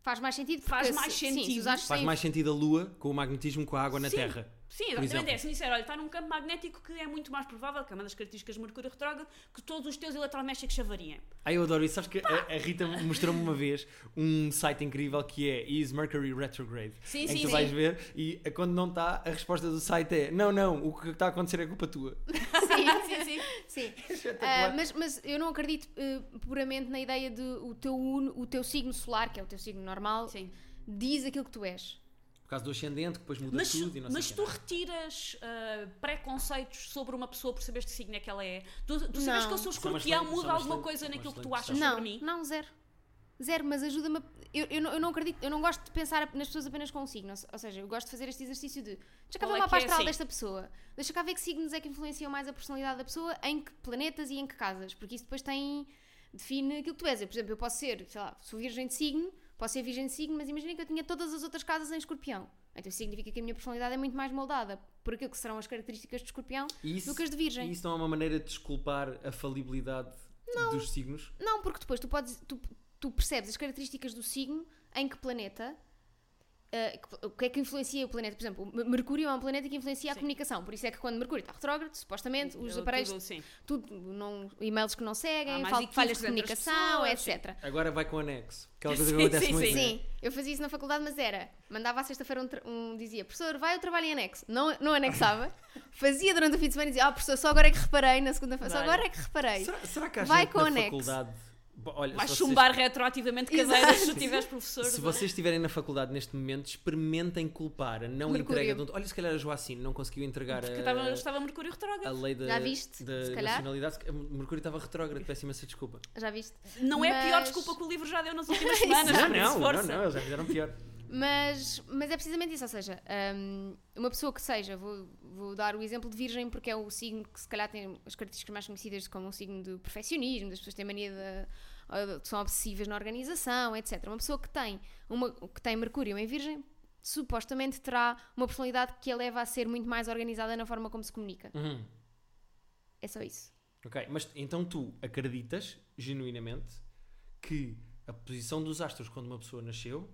Speaker 1: Faz mais sentido
Speaker 3: Faz
Speaker 1: porque
Speaker 3: mais
Speaker 1: se- Sim, se
Speaker 3: sentido.
Speaker 1: usares
Speaker 2: Faz
Speaker 1: sem-
Speaker 2: mais sentido a Lua com o magnetismo com a água na
Speaker 3: Sim.
Speaker 2: Terra.
Speaker 3: Sim,
Speaker 2: Por
Speaker 3: exatamente.
Speaker 2: exemplo.
Speaker 3: É, se me disser, olha, está num campo magnético que é muito mais provável, que é uma das características de Mercúrio retrógrado, que todos os teus eletrodomésticos chavariem.
Speaker 2: Ah, eu adoro isso. Sabes que a, a Rita mostrou-me uma vez um site incrível que é Is Mercury Retrograde?
Speaker 3: Sim,
Speaker 2: em que
Speaker 3: sim,
Speaker 2: tu
Speaker 3: sim.
Speaker 2: vais ver e eh, quando não está, a resposta do site é não, não, o que está a acontecer é culpa tua. É
Speaker 1: sim, sim, sim. sim. Ah,
Speaker 2: Espetacular.
Speaker 1: mas, mas eu não acredito eh, puramente na ideia de o teu, uno- o teu signo solar, que é o teu signo normal,
Speaker 3: Sim.
Speaker 1: diz aquilo que tu és.
Speaker 2: Por causa do ascendente, que depois muda
Speaker 3: Mas,
Speaker 2: tudo e não
Speaker 3: mas
Speaker 2: sei o
Speaker 3: tu
Speaker 2: quê.
Speaker 3: retiras ah, preconceitos sobre uma pessoa por saberes que signo é que ela é. Tu, tu sabes
Speaker 1: Não.
Speaker 3: que eu sou
Speaker 2: Isso é uma
Speaker 3: escorpião,
Speaker 2: excelente- isso
Speaker 3: muda
Speaker 2: é uma
Speaker 3: alguma
Speaker 2: excelente-
Speaker 3: coisa
Speaker 2: uma
Speaker 3: naquilo que
Speaker 2: excelente
Speaker 3: tu achas
Speaker 2: questão.
Speaker 1: Não,
Speaker 3: sobre mim?
Speaker 1: não, zero. Zero, mas ajuda-me a... eu, eu não, eu não acredito, eu não gosto de pensar nas pessoas apenas com um signo, ou seja, eu gosto de fazer este exercício de deixa cá
Speaker 3: Qual
Speaker 1: ver o
Speaker 3: é
Speaker 1: mapa
Speaker 3: que é,
Speaker 1: astral
Speaker 3: sim.
Speaker 1: desta pessoa, deixa cá ver que signos é que influenciam mais a personalidade da pessoa, em que planetas e em que casas, porque isso depois tem, define aquilo que tu és. Eu, por exemplo, eu posso ser, sei lá, sou virgem de signo, posso ser virgem de signo, mas imagina que eu tinha todas as outras casas em escorpião. Então isso significa que a minha personalidade é muito mais moldada por aquilo que serão as características de escorpião
Speaker 2: E isso-
Speaker 1: do que as de virgem.
Speaker 2: E isso não é uma maneira de desculpar a falibilidade dos signos?
Speaker 1: Não, porque depois tu, podes, tu, tu percebes as características do signo, em que planeta, eh, que- o que é que influencia o planeta. Por exemplo, o M- Mercúrio é um planeta que influencia a comunicação, por isso é que quando Mercúrio está retrógrado, supostamente, os
Speaker 3: Eu- assim,
Speaker 1: aparelhos,
Speaker 3: tudo, sim.
Speaker 1: tudo, não, e-mails que não
Speaker 3: Há
Speaker 1: seguem,
Speaker 3: mais
Speaker 1: fal- falhas
Speaker 3: equívocos
Speaker 1: de
Speaker 3: entre as
Speaker 1: comunicação,
Speaker 3: pessoas, sim.
Speaker 1: etc.
Speaker 2: Agora vai com o anexo. Aquela coisa
Speaker 3: Sim,
Speaker 2: que acontece
Speaker 3: sim,
Speaker 2: muito.
Speaker 3: sim.
Speaker 2: né?
Speaker 1: Sim, eu fazia isso na faculdade, mas era. Mandava à sexta-feira um, tra- um- dizia, professor, vai eu trabalho em anexo. Não, não anexava. fazia durante o fim de semana e dizia, ah, professor, só agora é que reparei na segunda-feira, só
Speaker 3: Vai.
Speaker 1: agora é que reparei.
Speaker 2: Será, será que há
Speaker 1: Vai
Speaker 2: gente
Speaker 1: com
Speaker 2: na
Speaker 1: o anexo.
Speaker 2: faculdade... Bo- Olha,
Speaker 3: Vais
Speaker 2: se vocês-
Speaker 3: chumbar retroativamente caseiras se tu tiveres professor.
Speaker 2: Se vocês estiverem na faculdade neste momento, experimentem culpar a não
Speaker 1: Mercúrio.
Speaker 2: entrega. de um- Olha, se calhar a Joacine não conseguiu entregar
Speaker 3: Porque
Speaker 2: a,
Speaker 3: estava, estava Mercúrio
Speaker 2: a
Speaker 3: retrógrado.
Speaker 2: lei da,
Speaker 1: Já viste?
Speaker 2: da
Speaker 1: Se calhar.
Speaker 2: nacionalidade. Se ca- Mercúrio estava retrógrado, peço imensa desculpa.
Speaker 1: Já viste?
Speaker 3: Não é a pior
Speaker 1: Mas-
Speaker 3: desculpa que o livro já deu nas últimas semanas.
Speaker 2: não,
Speaker 3: por isso,
Speaker 2: não, não,
Speaker 3: força.
Speaker 2: não, eles já fizeram pior.
Speaker 1: Mas, mas é precisamente isso, ou seja, hum, uma pessoa que seja, vou, vou dar o exemplo de Virgem porque é o signo que se calhar tem as características mais conhecidas como um signo de perfeccionismo, das pessoas têm mania de, de- são obsessivas na organização, etc. Uma pessoa que tem, uma, que tem Mercúrio em Virgem supostamente terá uma personalidade que a leva a ser muito mais organizada na forma como se comunica.
Speaker 2: Uhum.
Speaker 1: É só isso.
Speaker 2: Ok, mas então tu acreditas, genuinamente, que a posição dos astros quando uma pessoa nasceu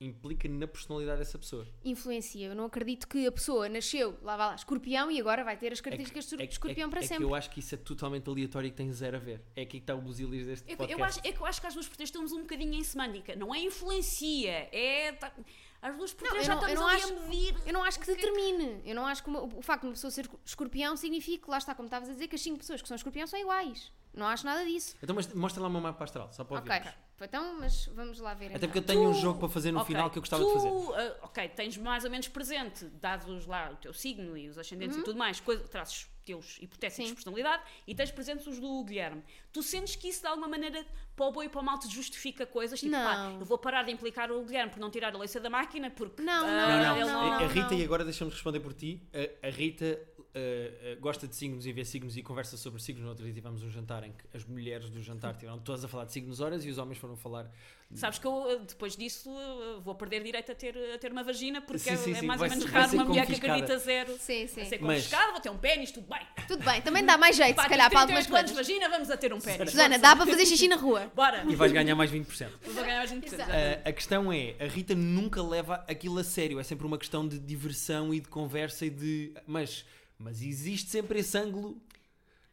Speaker 2: implica na personalidade dessa pessoa.
Speaker 1: Influencia. Eu não acredito que a pessoa nasceu, lá vai lá, escorpião e agora vai ter as
Speaker 2: É que-
Speaker 1: características de
Speaker 2: é que-
Speaker 1: escorpião
Speaker 2: é, que-
Speaker 1: para
Speaker 2: é
Speaker 1: sempre.
Speaker 2: que eu acho que isso é totalmente aleatório e que tem zero a ver. É aqui que está o busilis deste
Speaker 3: Eu,
Speaker 2: podcast.
Speaker 3: eu acho, é que eu acho que às duas por três estamos um bocadinho em semântica. Não é influencia, é. Tá, às duas por
Speaker 1: Não,
Speaker 3: três
Speaker 1: eu
Speaker 3: já
Speaker 1: não- eu
Speaker 3: estamos
Speaker 1: não acho-
Speaker 3: ali a medir. é
Speaker 1: Eu não acho que determine. Eu não acho que uma- o facto de uma pessoa ser escorpião signifique, lá está, como estavas a dizer, que as 5 pessoas que são escorpião são iguais. Não acho nada disso.
Speaker 2: Então mas, mostra lá uma mapa astral, só para
Speaker 1: Ok.
Speaker 2: ouvirmos.
Speaker 1: Então, mas vamos lá ver.
Speaker 2: Até
Speaker 1: então.
Speaker 2: porque eu tenho um
Speaker 3: Tu-
Speaker 2: jogo para fazer no
Speaker 3: Ok,
Speaker 2: final que eu gostava
Speaker 3: tu,
Speaker 2: de fazer.
Speaker 3: ah, ok, tens mais ou menos presente, dados lá o teu signo e os ascendentes e tudo mais, coisa, traços teus hipotéticos de
Speaker 1: Uhum. Sim.
Speaker 3: personalidade, e tens presentes os do Guilherme. Tu sentes que isso de alguma maneira para o boi e para o mal te justifica coisas? Tipo, pá,
Speaker 1: Não.
Speaker 3: eu vou parar de implicar o Guilherme por não tirar a louça da máquina porque.
Speaker 1: Não,
Speaker 3: ah,
Speaker 1: não,
Speaker 3: ele
Speaker 1: não,
Speaker 2: a-
Speaker 1: não,
Speaker 2: a Rita,
Speaker 1: não.
Speaker 2: e agora deixa-me responder por ti. A, a Rita eh, eh, gosta de signos e vê signos e conversa sobre signos. No outro dia tivemos um jantar em que as mulheres do jantar estiveram todas a falar de signos horas e os homens foram falar.
Speaker 3: Sabes que eu, eh, depois disso, eh, vou perder direito a ter, a ter uma vagina, porque
Speaker 2: Sim,
Speaker 3: é-
Speaker 2: sim,
Speaker 3: é
Speaker 2: sim,
Speaker 3: mais
Speaker 2: vai
Speaker 3: ou menos
Speaker 2: ser- vai
Speaker 3: raro
Speaker 2: ser
Speaker 3: uma mulher que
Speaker 2: confiscada.
Speaker 3: acredita zero.
Speaker 1: Sim,
Speaker 3: Vai
Speaker 1: sim.
Speaker 3: ser
Speaker 2: Mas-
Speaker 3: confiscada, vou ter um pênis, tudo bem.
Speaker 1: Tudo bem, também dá mais jeito, se calhar, para algumas
Speaker 3: anos,
Speaker 1: coisas.
Speaker 3: vagina, vamos a ter um pênis.
Speaker 1: Susana, dá para fazer xixi na rua.
Speaker 3: Bora!
Speaker 2: E vais ganhar mais 20%.
Speaker 3: Vou ganhar mais 20%.
Speaker 1: Exato.
Speaker 3: exato.
Speaker 2: Eh, a questão é, a Rita nunca leva aquilo a sério, é sempre uma questão de diversão e de conversa e de. Mas, mas existe sempre esse ângulo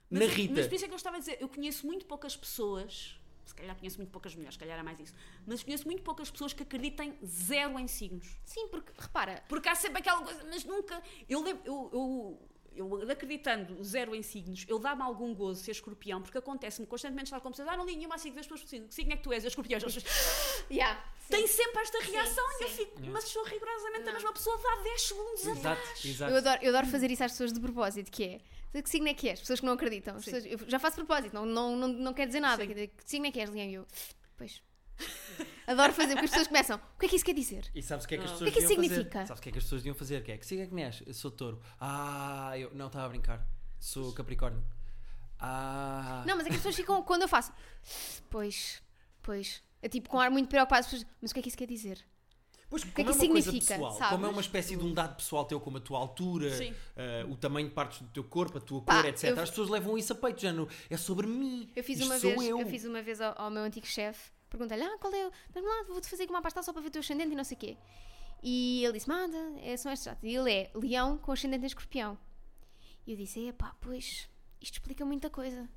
Speaker 2: na
Speaker 3: mas,
Speaker 2: Rita.
Speaker 3: Mas por isso é que eu estava a dizer, eu conheço muito poucas pessoas, se calhar conheço muito poucas mulheres, se calhar é mais isso, mas conheço muito poucas pessoas que acreditem zero em signos.
Speaker 1: Sim, porque, repara,
Speaker 3: Porque há sempre aquela coisa, mas nunca. Eu lembro. Eu, eu, eu acreditando zero em signos, eu dá-me algum gozo ser escorpião, porque acontece-me constantemente estar com pessoas, ah, não li nenhuma signo, das pessoas, que signo é que tu és? Eu escorpião. As pessoas,
Speaker 1: já.
Speaker 3: Tem sempre esta reação e eu
Speaker 1: sim.
Speaker 3: fico, mas sou rigorosamente a mesma pessoa de há 10 segundos atrás.
Speaker 2: Exato, exato.
Speaker 1: Eu adoro, eu adoro fazer isso às pessoas de propósito, que é. "Sabe Que signo é que és? Pessoas que não acreditam. As
Speaker 3: Sim.
Speaker 1: pessoas- eu já faço propósito, não, não, não, não quer dizer nada.
Speaker 3: Sim.
Speaker 1: quer dizer, Que signo é que és, Liam? E eu. Pois. Adoro fazer, porque as pessoas começam. O que é que isso quer dizer?
Speaker 2: E sabes o que é que as
Speaker 3: Não.
Speaker 2: pessoas
Speaker 1: O que é que isso
Speaker 2: deviam
Speaker 1: significa?
Speaker 2: fazer? Sabes o que é que as pessoas deviam fazer? Que é que siga que és? Eu sou touro. Ah, eu não estava a brincar. Sou Capricórnio. Ah.
Speaker 1: Não, mas é que as pessoas ficam, quando eu faço, pois, pois, é tipo com um ar muito preocupado, as pessoas, mas o que é que isso quer dizer?
Speaker 2: Pois,
Speaker 1: que é que isso significa,
Speaker 2: pessoal,
Speaker 1: sabes?
Speaker 2: como é uma espécie de um dado pessoal teu, como a tua altura,
Speaker 3: Sim.
Speaker 2: eh, o tamanho de partes do teu corpo, a tua
Speaker 1: Pá,
Speaker 2: cor, etc.
Speaker 1: eu-
Speaker 2: As pessoas levam isso a peito, já no, é sobre mim.
Speaker 1: Eu fiz
Speaker 2: Isto
Speaker 1: uma
Speaker 2: sou
Speaker 1: vez, eu.
Speaker 2: eu.
Speaker 1: fiz uma vez ao, ao meu antigo chefe, perguntei-lhe, ah, qual é, o- dá-me lá, vou-te fazer com uma pasta só para ver o teu ascendente e não sei o quê. E ele disse, manda, é, são estes dados. E ele é leão com ascendente em escorpião. E eu disse, é pá, pois, isto explica muita coisa.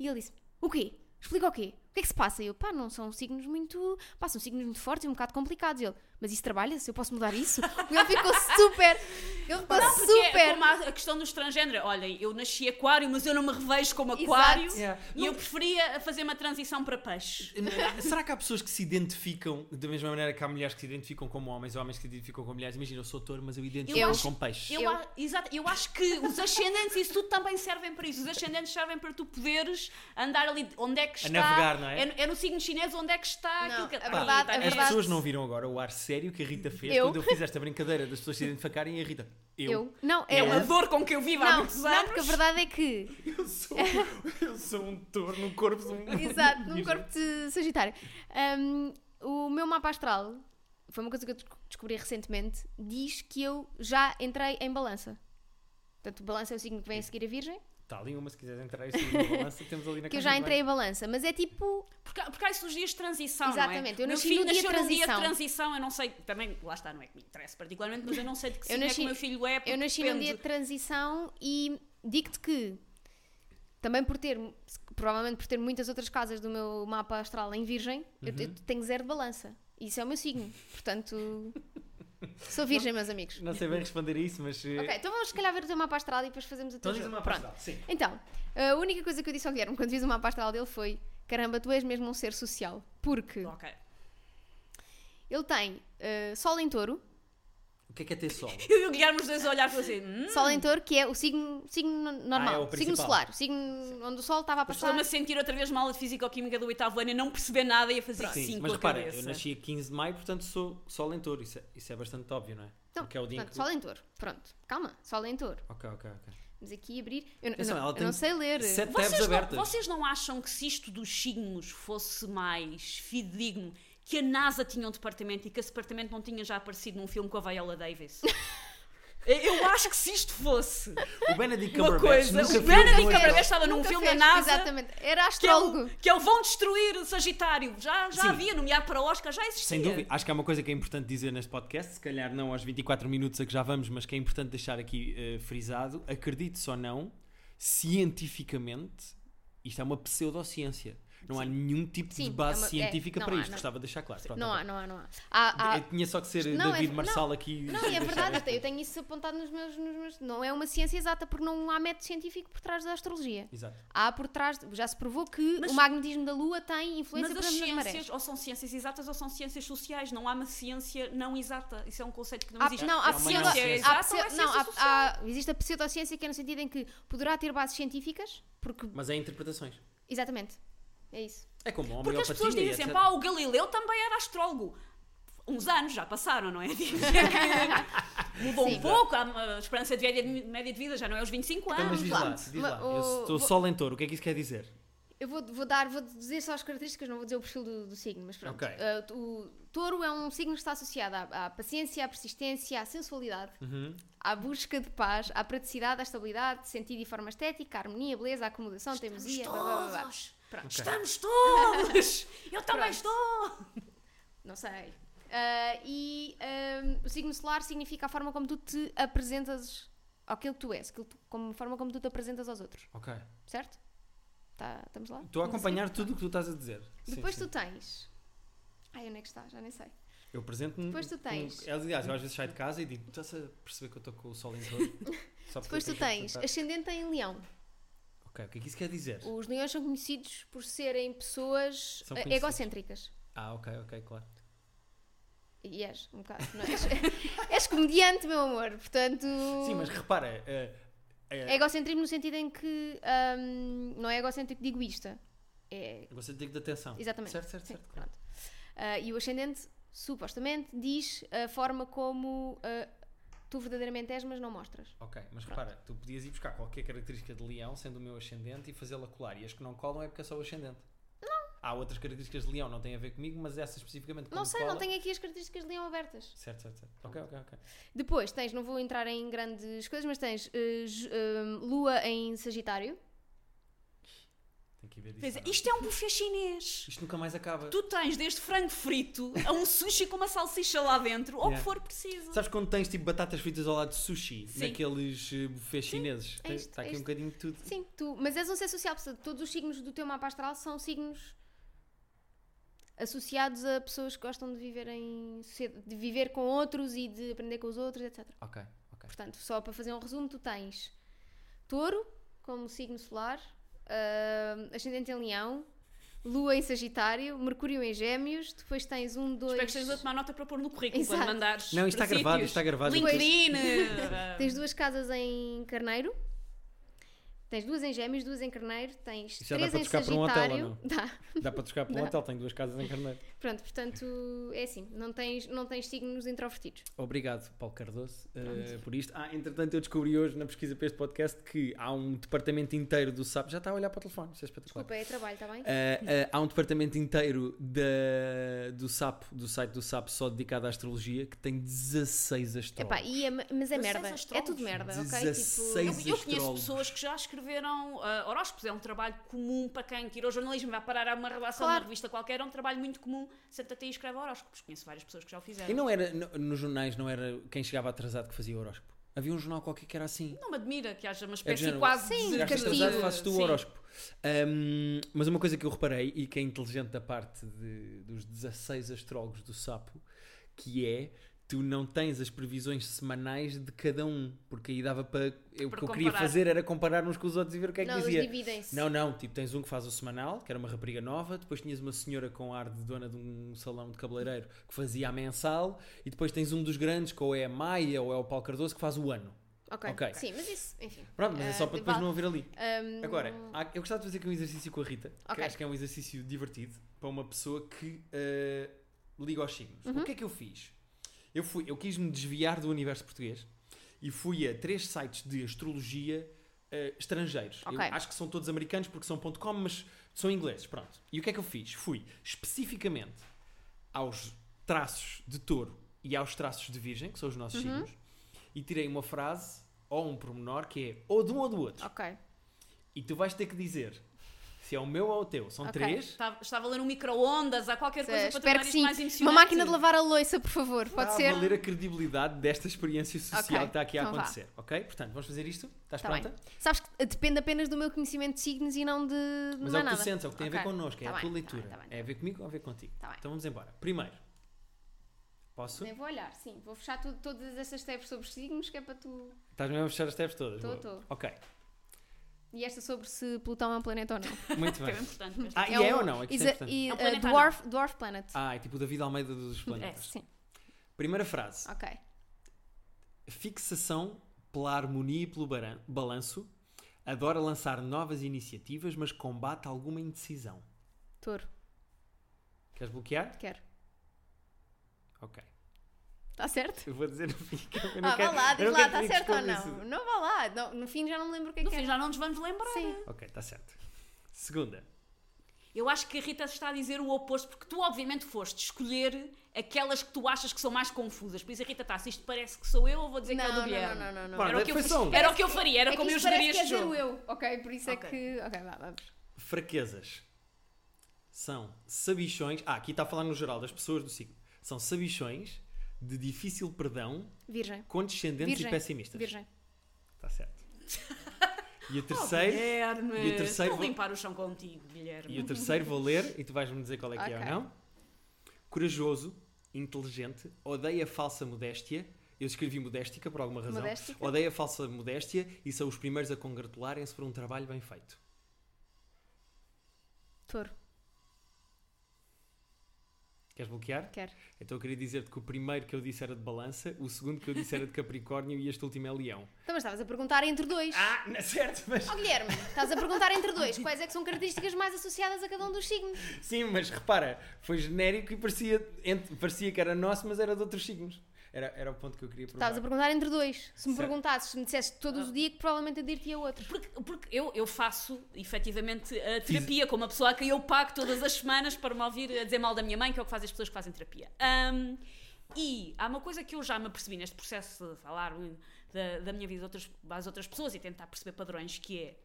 Speaker 1: E ele disse, o quê? Explica o quê? O que é que se passa? E eu, pá, não são signos muito. Pá, são signos muito fortes e um bocado complicados. E ele, mas isso trabalha-se? Eu posso mudar isso? E ele ficou super. Ele ficou
Speaker 3: Porque é
Speaker 1: super.
Speaker 3: como a, a questão do transgênero. Olhem, eu nasci aquário, mas eu não me revejo como
Speaker 1: Exato.
Speaker 3: aquário.
Speaker 2: Yeah.
Speaker 3: E eu preferia fazer uma transição para peixe.
Speaker 2: N- Será que há pessoas que se identificam da mesma maneira que há mulheres que se identificam como homens ou homens que se identificam como mulheres? Imagina, eu sou touro, mas eu
Speaker 1: Eu
Speaker 2: identifico-me
Speaker 1: acho-
Speaker 2: com peixe.
Speaker 3: Eu,
Speaker 1: Eu-
Speaker 3: a- exato, eu acho que os ascendentes, isso tudo também servem para isso. Os ascendentes servem para tu poderes andar ali onde é que está.
Speaker 2: navegar, não é?
Speaker 3: É, no signo chinês onde é que está
Speaker 1: Não,
Speaker 3: aquilo que
Speaker 1: a
Speaker 3: Pá,
Speaker 1: verdade-
Speaker 3: tá
Speaker 1: a
Speaker 3: bem.
Speaker 2: As
Speaker 1: É verdade-
Speaker 2: pessoas não viram agora o ar sério que a Rita fez
Speaker 1: Eu?
Speaker 2: quando eu fiz esta brincadeira das pessoas se identificarem e a Rita. Eu.
Speaker 1: Eu. Não, é.
Speaker 3: É uma
Speaker 1: a-
Speaker 3: dor com que eu vivo há
Speaker 1: Não,
Speaker 3: muitos
Speaker 1: não, porque a
Speaker 3: anos.
Speaker 1: verdade é que.
Speaker 2: Eu sou, eu sou um touro no corpo de um.
Speaker 1: Exato, num corpo de Sagitário. Um, o meu mapa astral, foi uma coisa que eu desco- descobri recentemente, diz que eu já entrei em balança. Portanto, balança é o signo que vem a seguir a Virgem,
Speaker 2: Está ali é uma, se quiseres entrar isso na balança, temos ali na
Speaker 1: que eu
Speaker 2: casa
Speaker 1: já
Speaker 2: de
Speaker 1: entrei
Speaker 2: banho.
Speaker 1: em balança, mas é tipo.
Speaker 3: Porque, há- porque há esses dias de transição,
Speaker 1: Exatamente,
Speaker 3: não é?
Speaker 1: eu
Speaker 3: Meu
Speaker 1: nasci no
Speaker 3: filho
Speaker 1: dia de
Speaker 3: nasceu num dia de
Speaker 1: transição.
Speaker 3: transição, eu não sei, também, lá está, não é que me interessa particularmente, mas eu não sei de que signo é
Speaker 1: nasci-
Speaker 3: que o meu filho é, porque
Speaker 1: Eu nasci num
Speaker 3: depende...
Speaker 1: dia de transição e digo-te que, também por ter, provavelmente por ter muitas outras casas do meu mapa astral em Virgem, eu, eu tenho zero de balança. Isso é o meu signo. Portanto, sou Virgem, meus amigos.
Speaker 2: Não sei bem responder a isso, mas. eh,
Speaker 1: Ok, então vamos se calhar ver o teu mapa astral e depois fazemos o teu
Speaker 2: Então diz
Speaker 1: jogo.
Speaker 2: uma
Speaker 1: Pronto.
Speaker 2: palavra. Sim.
Speaker 1: Então, a única coisa que eu disse ao Guilherme quando fiz o mapa astral dele foi caramba, tu és mesmo um ser social. Porque
Speaker 3: Ok.
Speaker 1: ele tem eh, Sol em Touro,
Speaker 2: O que é que é ter sol?
Speaker 3: Eu e o Guilherme os dois a olhar e falar assim: hum,
Speaker 1: Sol em touro, que é o signo, signo normal,
Speaker 2: Ah, é o
Speaker 1: signo
Speaker 2: principal.
Speaker 1: solar, o signo onde o sol estava a passar.
Speaker 3: estou-me a sentir outra vez mal de físico-química do oitavo ano e não perceber nada e a fazer
Speaker 2: Sim,
Speaker 3: cinco
Speaker 2: mas
Speaker 3: com a
Speaker 2: repara,
Speaker 3: cabeça.
Speaker 2: eu nasci a 15 de maio, portanto sou sol em touro. Isso é, isso é bastante óbvio, não é?
Speaker 1: Então,
Speaker 2: Porque é o dia em
Speaker 1: portanto,
Speaker 2: que-
Speaker 1: sol em touro. Pronto, calma, sol em touro.
Speaker 2: Ok, ok, ok.
Speaker 1: Vamos aqui abrir. Eu, eu
Speaker 2: Atenção,
Speaker 1: não,
Speaker 2: ela
Speaker 1: eu
Speaker 2: tem
Speaker 1: não sei ler.
Speaker 2: sete- Tabs
Speaker 3: Vocês não,
Speaker 2: abertas.
Speaker 3: vocês não acham que se isto dos signos fosse mais fidedigno, que a NASA tinha um departamento e que esse departamento não tinha já aparecido num filme com a Viola Davis? Eu acho que se isto fosse
Speaker 2: O Benedict
Speaker 3: uma
Speaker 2: Cumberbatch
Speaker 3: coisa,
Speaker 2: nunca
Speaker 3: o
Speaker 2: viu
Speaker 3: Benedict
Speaker 2: muito.
Speaker 3: Cumberbatch estava num
Speaker 1: Nunca
Speaker 3: filme da
Speaker 1: fez,
Speaker 3: NASA
Speaker 1: Exatamente,
Speaker 2: é
Speaker 1: era
Speaker 3: que
Speaker 1: astrólogo.
Speaker 3: ele, que ele vão destruir Sagitário. Já, já
Speaker 2: Sim.
Speaker 3: havia nomeado para Oscar, já existia.
Speaker 2: Sem dúvida. Acho que há uma coisa que é importante dizer neste podcast, se calhar não aos 24 minutos a que já vamos, mas que é importante deixar aqui eh, frisado. Acredite-se ou não, cientificamente, isto é uma pseudociência. Não há nenhum tipo
Speaker 1: Sim, é
Speaker 2: de base
Speaker 1: uma- é,
Speaker 2: científica
Speaker 1: não
Speaker 2: para
Speaker 1: há,
Speaker 2: isto.
Speaker 1: não-
Speaker 2: Gostava de deixar claro. Pronto,
Speaker 1: Não
Speaker 2: ok.
Speaker 1: há, não há, não há. Há- há-
Speaker 2: Eu Tinha só que ser
Speaker 1: Não, é-
Speaker 2: David
Speaker 1: não.
Speaker 2: Marçal aqui.
Speaker 1: Não, e é verdade, até eu tenho isso apontado nos meus, nos meus- Não é uma ciência exata, porque não há método científico por trás da astrologia.
Speaker 2: Exato.
Speaker 1: Há por trás. Já se provou que
Speaker 3: Mas-
Speaker 1: o magnetismo da Lua tem influência
Speaker 3: Mas as
Speaker 1: para nas marés.
Speaker 3: ciências ou são ciências exatas ou são ciências sociais. Não há uma ciência não exata. Isso é um conceito que não
Speaker 1: Há-
Speaker 3: existe.
Speaker 1: não,
Speaker 2: É
Speaker 1: há
Speaker 2: uma
Speaker 1: pseudo-
Speaker 2: não-ciência.
Speaker 1: há
Speaker 3: Exato,
Speaker 1: pseudo-
Speaker 3: não é ciência
Speaker 1: não, há-
Speaker 3: social.
Speaker 1: há- Existe a pseudociência que é no sentido em que poderá ter bases científicas, porque.
Speaker 2: Mas é interpretações.
Speaker 1: Exatamente. É isso.
Speaker 2: É como a
Speaker 3: Porque as
Speaker 2: homeopatia
Speaker 3: pessoas
Speaker 2: e
Speaker 3: dizem sempre,
Speaker 1: assim,
Speaker 2: etc.
Speaker 3: ah, o Galileu também era astrólogo. Uns anos já passaram, não é? Mudou
Speaker 1: Sim.
Speaker 3: um pouco, a a esperança de média, de média de vida já não é aos 25
Speaker 2: Então,
Speaker 3: anos.
Speaker 2: mas diz lá,
Speaker 1: vamos
Speaker 2: diz
Speaker 1: lá.
Speaker 2: lá.
Speaker 1: Ma-
Speaker 2: Eu
Speaker 1: o-
Speaker 2: estou
Speaker 1: vou-
Speaker 2: sol em touro, o que é que isso quer dizer?
Speaker 1: Eu vou, vou dar, vou dizer só as características, não vou dizer o perfil do, do signo, mas pronto.
Speaker 2: Ok.
Speaker 1: Ah, o touro é um signo que está associado à, à paciência, à persistência, à sensualidade,
Speaker 2: Uhum.
Speaker 1: à busca de paz, à praticidade, à estabilidade, sentido e forma estética, à harmonia, beleza, à acomodação, teimosia, blá, blá, blá, blá.
Speaker 3: Todos!
Speaker 1: Pronto.
Speaker 3: Estamos todos! Eu
Speaker 1: Pronto.
Speaker 3: também estou!
Speaker 1: Não sei. Ah, e ah, o signo solar significa a forma como tu te apresentas aquilo que tu és, aquilo que tu- como a forma como tu te apresentas aos outros,
Speaker 2: Ok.
Speaker 1: certo? Tá, estamos lá?
Speaker 2: Estou a
Speaker 1: Estamos
Speaker 2: acompanhar tudo o que tu estás a dizer. Sim,
Speaker 1: Depois
Speaker 2: sim.
Speaker 1: tu tens. Ai, onde é que está? Já nem sei.
Speaker 2: Eu apresento-me.
Speaker 1: Depois tu
Speaker 2: um-
Speaker 1: tens-
Speaker 2: um- Aliás, eu às vezes saio de casa e digo: estás a perceber que eu estou com o sol em touro? Só porque
Speaker 1: Depois tu
Speaker 2: eu tenho que
Speaker 1: tens
Speaker 2: apresentar.
Speaker 1: ascendente em leão.
Speaker 2: Ok, o que é que isso quer dizer?
Speaker 1: Os leões são conhecidos por serem pessoas
Speaker 2: São
Speaker 1: eh,
Speaker 2: conhecidos.
Speaker 1: egocêntricas.
Speaker 2: Ah, ok, ok, claro.
Speaker 1: E és, um bocado, não és? és comediante, meu amor, portanto...
Speaker 2: Sim, mas repara. eh,
Speaker 1: É
Speaker 2: eh,
Speaker 1: egocentrismo no sentido em que ahm, não é egocêntrico de egoísta. É...
Speaker 2: Você tem que de atenção.
Speaker 1: Exatamente.
Speaker 2: Certo, certo,
Speaker 1: Sim,
Speaker 2: certo. claro.
Speaker 1: pronto. Ah, e o ascendente, supostamente, diz a forma como ah, tu verdadeiramente és, mas não mostras.
Speaker 2: Ok, mas repara, tu podias ir buscar qualquer característica de leão, sendo o meu ascendente, e fazê-la colar. E as que não colam é porque é só o ascendente. Não. Há outras características de leão, não têm a ver comigo, mas essa especificamente.
Speaker 1: Não
Speaker 2: quando
Speaker 1: sei,
Speaker 2: cola...
Speaker 1: não tenho aqui as características de leão abertas.
Speaker 2: Certo, certo, certo. Ok, ok, ok.
Speaker 1: Depois tens, não vou entrar em grandes coisas, mas tens eh, Ju- eh, Lua em Sagitário.
Speaker 2: Tenho que ir ver
Speaker 3: Quer dizer,
Speaker 2: disso.
Speaker 3: Isto é um buffet chinês.
Speaker 2: Isto nunca mais acaba.
Speaker 3: Tu tens desde frango frito a um sushi com uma salsicha lá dentro, ou o que
Speaker 2: Yeah.
Speaker 3: for preciso.
Speaker 2: Sabes quando tens tipo batatas fritas ao lado de sushi?
Speaker 3: Sim.
Speaker 2: Naqueles eh, buffets chineses?
Speaker 1: é
Speaker 2: Tem-
Speaker 1: isto,
Speaker 2: Está
Speaker 1: é
Speaker 2: aqui um
Speaker 1: isto.
Speaker 2: bocadinho de tudo.
Speaker 1: Sim, tu, mas és um ser social, portanto, todos os signos do teu mapa astral são signos associados a pessoas que gostam de viver em socie- de viver com outros e de aprender com os outros, etc.
Speaker 2: Ok, ok.
Speaker 1: Portanto, só para fazer um resumo, tu tens Touro como signo solar, ah, ascendente em Leão, Lua em Sagitário, Mercúrio em Gêmeos, depois tens um, dois.
Speaker 3: Espero que estejas a tomar nota para pôr no currículo
Speaker 1: Exato.
Speaker 3: quando mandares.
Speaker 2: Não, isto
Speaker 3: para
Speaker 2: está gravado,
Speaker 3: sítios.
Speaker 2: isto está gravado.
Speaker 3: LinkedIn. eh,
Speaker 1: Tens duas casas em Carneiro. Tens duas em Gêmeos, duas em Carneiro. Tens
Speaker 2: Isso já dá
Speaker 1: três
Speaker 2: para
Speaker 1: em
Speaker 2: trocar por um hotel,
Speaker 1: Sagitário.
Speaker 2: ou não?
Speaker 1: Dá.
Speaker 2: Dá para trocar para um hotel, tenho duas casas em carneiro.
Speaker 1: Pronto, portanto, é assim. Não tens, não tens signos introvertidos.
Speaker 2: Obrigado, Paulo Cardoso, eh, por isto. Ah, entretanto, eu descobri hoje na pesquisa para este podcast que há um departamento inteiro do SAP. Já está a olhar para o telefone, isto é espetacular.
Speaker 1: Desculpa, é trabalho, está bem?
Speaker 2: Eh, eh, há um departamento inteiro da- do SAP, do site do SAP, só dedicado à astrologia, que tem 16 astrólogos.
Speaker 1: Epá, e é- mas é
Speaker 3: 16
Speaker 1: merda. É
Speaker 3: astrólogos.
Speaker 1: tudo merda, ok?
Speaker 2: 16
Speaker 1: Tipo,
Speaker 3: Eu, eu conheço
Speaker 2: astrólogos.
Speaker 3: pessoas que já escreveram ah, horóscopos, é um trabalho comum para quem quer ir ao jornalismo, vai parar a uma redação de
Speaker 1: Claro.
Speaker 3: uma revista qualquer, é um trabalho muito comum, senta-te e escreve horóscopos. Conheço várias pessoas que já o fizeram.
Speaker 2: E
Speaker 3: Não...
Speaker 2: não era, no- nos jornais, não era quem chegava atrasado que fazia o horóscopo. Havia um jornal qualquer que era assim.
Speaker 3: me admira que haja
Speaker 2: É
Speaker 3: uma
Speaker 2: do
Speaker 3: espécie
Speaker 2: género,
Speaker 3: quase
Speaker 1: Sim,
Speaker 3: de
Speaker 2: chegaste
Speaker 1: castigo.
Speaker 2: atrasado, fazes tu o
Speaker 3: Sim.
Speaker 2: horóscopo. Ahm, mas uma coisa que eu reparei, e que é inteligente da parte de- dos 16 astrólogos do Sapo, que é tu não tens as previsões semanais de cada um, porque aí dava para. Eu, o
Speaker 3: Para
Speaker 2: que eu queria
Speaker 3: comparar.
Speaker 2: fazer era comparar uns com os outros e ver o que é que
Speaker 1: não, eles
Speaker 2: dizia.
Speaker 1: dividem-se.
Speaker 2: Não, não, tipo, tens um que faz o semanal, que era uma rapariga nova, depois tinhas uma senhora com ar de dona de um salão de cabeleireiro que fazia a mensal, e depois tens um dos grandes, que ou é a Maia ou é o Paulo Cardoso, que faz o ano.
Speaker 1: Ok.
Speaker 2: Ok.
Speaker 1: Sim, mas isso, enfim.
Speaker 2: Pronto, mas é só
Speaker 1: Ah,
Speaker 2: para depois
Speaker 1: vale.
Speaker 2: não haver ali.
Speaker 1: Ahm,
Speaker 2: Agora, há- eu gostava de fazer aqui um exercício com a Rita, que
Speaker 1: Ok.
Speaker 2: acho que é um exercício divertido para uma pessoa que eh, liga aos signos.
Speaker 1: Uhum.
Speaker 2: O que é que eu fiz? Eu, fui, eu quis me desviar do universo português e fui a três sites de astrologia eh, estrangeiros. Eu
Speaker 1: Ok.
Speaker 2: acho que são todos americanos porque são .com, mas são ingleses, pronto. E o que é que eu fiz? Fui especificamente aos traços de touro e aos traços de virgem, que são os nossos
Speaker 1: Uhum.
Speaker 2: signos, e tirei uma frase ou um pormenor que é ou de um ou do outro.
Speaker 1: Ok.
Speaker 2: E tu vais ter que dizer se é o meu ou o teu. São
Speaker 1: Ok.
Speaker 2: três.
Speaker 3: Estava, estava a ler um micro-ondas, há qualquer coisa para
Speaker 1: Eh, espero
Speaker 3: tornar
Speaker 1: que
Speaker 3: isto
Speaker 1: sim.
Speaker 3: mais
Speaker 1: Uma
Speaker 3: emocionante.
Speaker 1: máquina de lavar a louça, por favor. Pode
Speaker 2: Está
Speaker 1: ser.
Speaker 2: a valer a credibilidade desta experiência social
Speaker 1: Ok,
Speaker 2: que está aqui a
Speaker 1: então vá.
Speaker 2: acontecer. Ok? Portanto, vamos fazer isto? Estás
Speaker 1: Tá
Speaker 2: pronta?
Speaker 1: bem. Sabes que depende apenas do meu conhecimento de signos e não de. de mais
Speaker 2: Mas é o que tu
Speaker 1: nada.
Speaker 2: sentes, é o que tem a ver
Speaker 1: Ok.
Speaker 2: connosco, é
Speaker 1: Tá
Speaker 2: a
Speaker 1: bem,
Speaker 2: tua
Speaker 1: tá
Speaker 2: leitura.
Speaker 1: bem, tá bem, tá
Speaker 2: É a ver comigo ou a ver contigo?
Speaker 1: Tá bem.
Speaker 2: Então vamos embora. Primeiro. Posso?
Speaker 1: bem. Nem vou olhar, sim. Vou fechar tudo- todas essas tabs sobre signos, que é para tu.
Speaker 2: Estás mesmo a fechar as tabs todas?
Speaker 1: Tô,
Speaker 2: Boa.
Speaker 1: tô.
Speaker 2: Ok.
Speaker 1: E esta sobre se Plutão é um planeta ou não.
Speaker 2: Muito
Speaker 3: Que é
Speaker 2: bem.
Speaker 3: bem importante. mas-
Speaker 2: Ah, e é
Speaker 1: um-
Speaker 2: ou não? É que isso é
Speaker 1: isa-
Speaker 2: importante.
Speaker 1: e,
Speaker 3: É um
Speaker 1: uh,
Speaker 3: planeta ou
Speaker 1: dwarf, dwarf Planet.
Speaker 2: Ah, é tipo o David Almeida dos planetas.
Speaker 1: Sim, É.
Speaker 2: Primeira frase.
Speaker 1: ok.
Speaker 2: Fixação pela harmonia e pelo baran- balanço. Adora lançar novas iniciativas, mas combate alguma indecisão.
Speaker 1: Touro,
Speaker 2: Queres bloquear?
Speaker 1: quero.
Speaker 2: Ok.
Speaker 1: Está certo?
Speaker 2: Eu vou dizer no fim que eu não
Speaker 1: Ah, vá
Speaker 2: quero-
Speaker 1: lá,
Speaker 2: eu
Speaker 1: diz
Speaker 2: não
Speaker 1: lá,
Speaker 2: quero
Speaker 1: está
Speaker 2: que me
Speaker 1: certo ou
Speaker 2: descubra
Speaker 1: não?
Speaker 2: isso.
Speaker 1: Não vá lá. Não, no fim já não me lembro o que é
Speaker 3: No
Speaker 1: que
Speaker 3: fim
Speaker 1: é.
Speaker 3: já não nos vamos lembrar.
Speaker 1: Sim.
Speaker 2: Ok, está certo. Segunda.
Speaker 3: Eu acho que a Rita está a dizer o oposto, porque tu obviamente foste escolher aquelas que tu achas que são mais confusas. Por isso a Rita está, se isto parece que sou eu, eu vou dizer que é o do
Speaker 1: Não, não,
Speaker 3: Guilherme.
Speaker 1: não, não, não.
Speaker 2: Pá,
Speaker 1: não.
Speaker 3: Era, o que eu,
Speaker 2: foi só um.
Speaker 3: era o que eu faria, era
Speaker 1: É que
Speaker 3: como eu
Speaker 1: isto parece
Speaker 3: jogaria
Speaker 1: que é
Speaker 3: este
Speaker 1: zero
Speaker 3: jogo.
Speaker 1: eu, ok? Por isso
Speaker 3: Ok.
Speaker 1: é que... Ok, vá, vamos.
Speaker 2: Fraquezas. São sabichões. Ah, aqui está a falar no geral das pessoas do signo. São sabichões de difícil perdão,
Speaker 1: Virgem.
Speaker 2: condescendentes
Speaker 1: Virgem.
Speaker 2: e pessimistas.
Speaker 1: Virgem.
Speaker 2: Está certo. E o
Speaker 3: Oh,
Speaker 2: terceiro.
Speaker 3: Guilherme,
Speaker 2: E o terceiro
Speaker 3: Vou
Speaker 2: vou-
Speaker 3: limpar o chão contigo, Guilherme.
Speaker 2: e o terceiro vou ler e tu vais-me dizer qual é que é ou
Speaker 1: Ok.
Speaker 2: não. Corajoso, inteligente, odeia falsa modéstia. Eu escrevi modéstica por alguma razão.
Speaker 1: Modéstica?
Speaker 2: Odeia falsa modéstia e são os primeiros a congratularem-se por um trabalho bem feito.
Speaker 1: Touro,
Speaker 2: Queres bloquear?
Speaker 1: quero.
Speaker 2: Então eu queria dizer-te que o primeiro que eu disse era de balança, o segundo que eu disse era de Capricórnio e este último é leão.
Speaker 1: Então, mas estavas a perguntar entre dois.
Speaker 2: Ah, não é certo, mas.
Speaker 1: Oh, Guilherme, estás a perguntar entre dois. Quais é que são características mais associadas a cada um dos signos?
Speaker 2: Sim, mas repara, foi genérico e parecia, ent- parecia que era nosso, mas era de outros signos. Era, era o ponto que eu queria provar.
Speaker 1: Estavas a perguntar entre dois. Se me
Speaker 2: Certo. Ah.
Speaker 1: perguntasses, se me dissesse todo o dia, que provavelmente eu diria outro.
Speaker 3: Porque, porque eu, eu faço, efetivamente, a terapia com uma pessoa a quem eu pago todas as semanas para me ouvir a dizer mal da minha mãe, que é o que fazem as pessoas que fazem terapia. Ahm, e há uma coisa que eu já me apercebi neste processo de falar hum, da, da minha vida outras, às outras pessoas e tentar perceber padrões, que é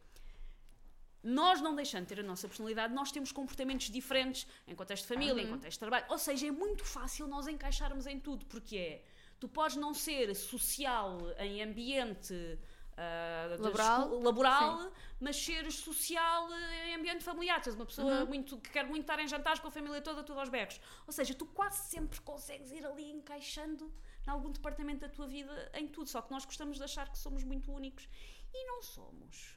Speaker 3: nós não deixando de ter a nossa personalidade, nós temos comportamentos diferentes em contexto de família, em contexto de trabalho. Ou seja, é muito fácil nós encaixarmos em tudo, porque é. Tu podes não ser social em ambiente ah, de
Speaker 1: Laboral.
Speaker 3: esco- laboral mas seres social eh, em ambiente familiar. Tu és uma pessoa
Speaker 1: Uhum.
Speaker 3: muito, que quer muito estar em jantares com a família toda, tudo aos berros. Ou seja, tu quase sempre consegues ir ali encaixando em algum departamento da tua vida em tudo. Só que nós gostamos de achar que somos muito únicos. E não somos.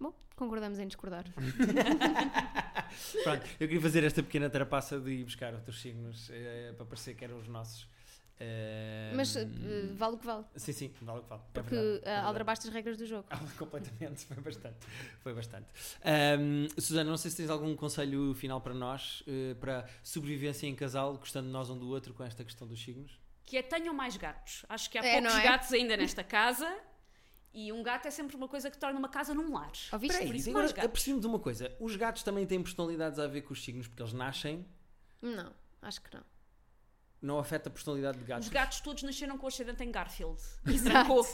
Speaker 1: Bom, concordamos em discordar.
Speaker 2: Hum. Pronto, eu queria fazer esta pequena trapaça de ir buscar outros signos eh, para parecer que eram os nossos. Eh,
Speaker 1: Mas eh, vale o que vale.
Speaker 2: Sim, sim, vale o que vale. É
Speaker 1: Porque
Speaker 2: verdade, é
Speaker 1: eh,
Speaker 2: verdade.
Speaker 1: aldrabaste as regras do jogo.
Speaker 2: Ah, completamente, foi bastante. Foi bastante. Ahm, Susana, não sei se tens algum conselho final para nós, eh, para sobrevivência em casal, gostando nós um do outro com esta questão dos signos?
Speaker 3: Que é tenham mais gatos. Acho que há
Speaker 1: É,
Speaker 3: poucos
Speaker 1: não é?
Speaker 3: gatos ainda nesta casa. E um gato é sempre uma coisa que torna uma casa num lar.
Speaker 1: Ouviste?
Speaker 3: Por isso,
Speaker 2: agora
Speaker 3: mais gatos.
Speaker 2: apercebi-me de uma coisa: os gatos também têm personalidades a ver com os signos, porque eles nascem,
Speaker 1: Não, acho que não.
Speaker 2: não afeta a personalidade de gatos.
Speaker 3: Os gatos todos nasceram com o ascendente em Garfield. E
Speaker 1: Exato.
Speaker 3: trancou.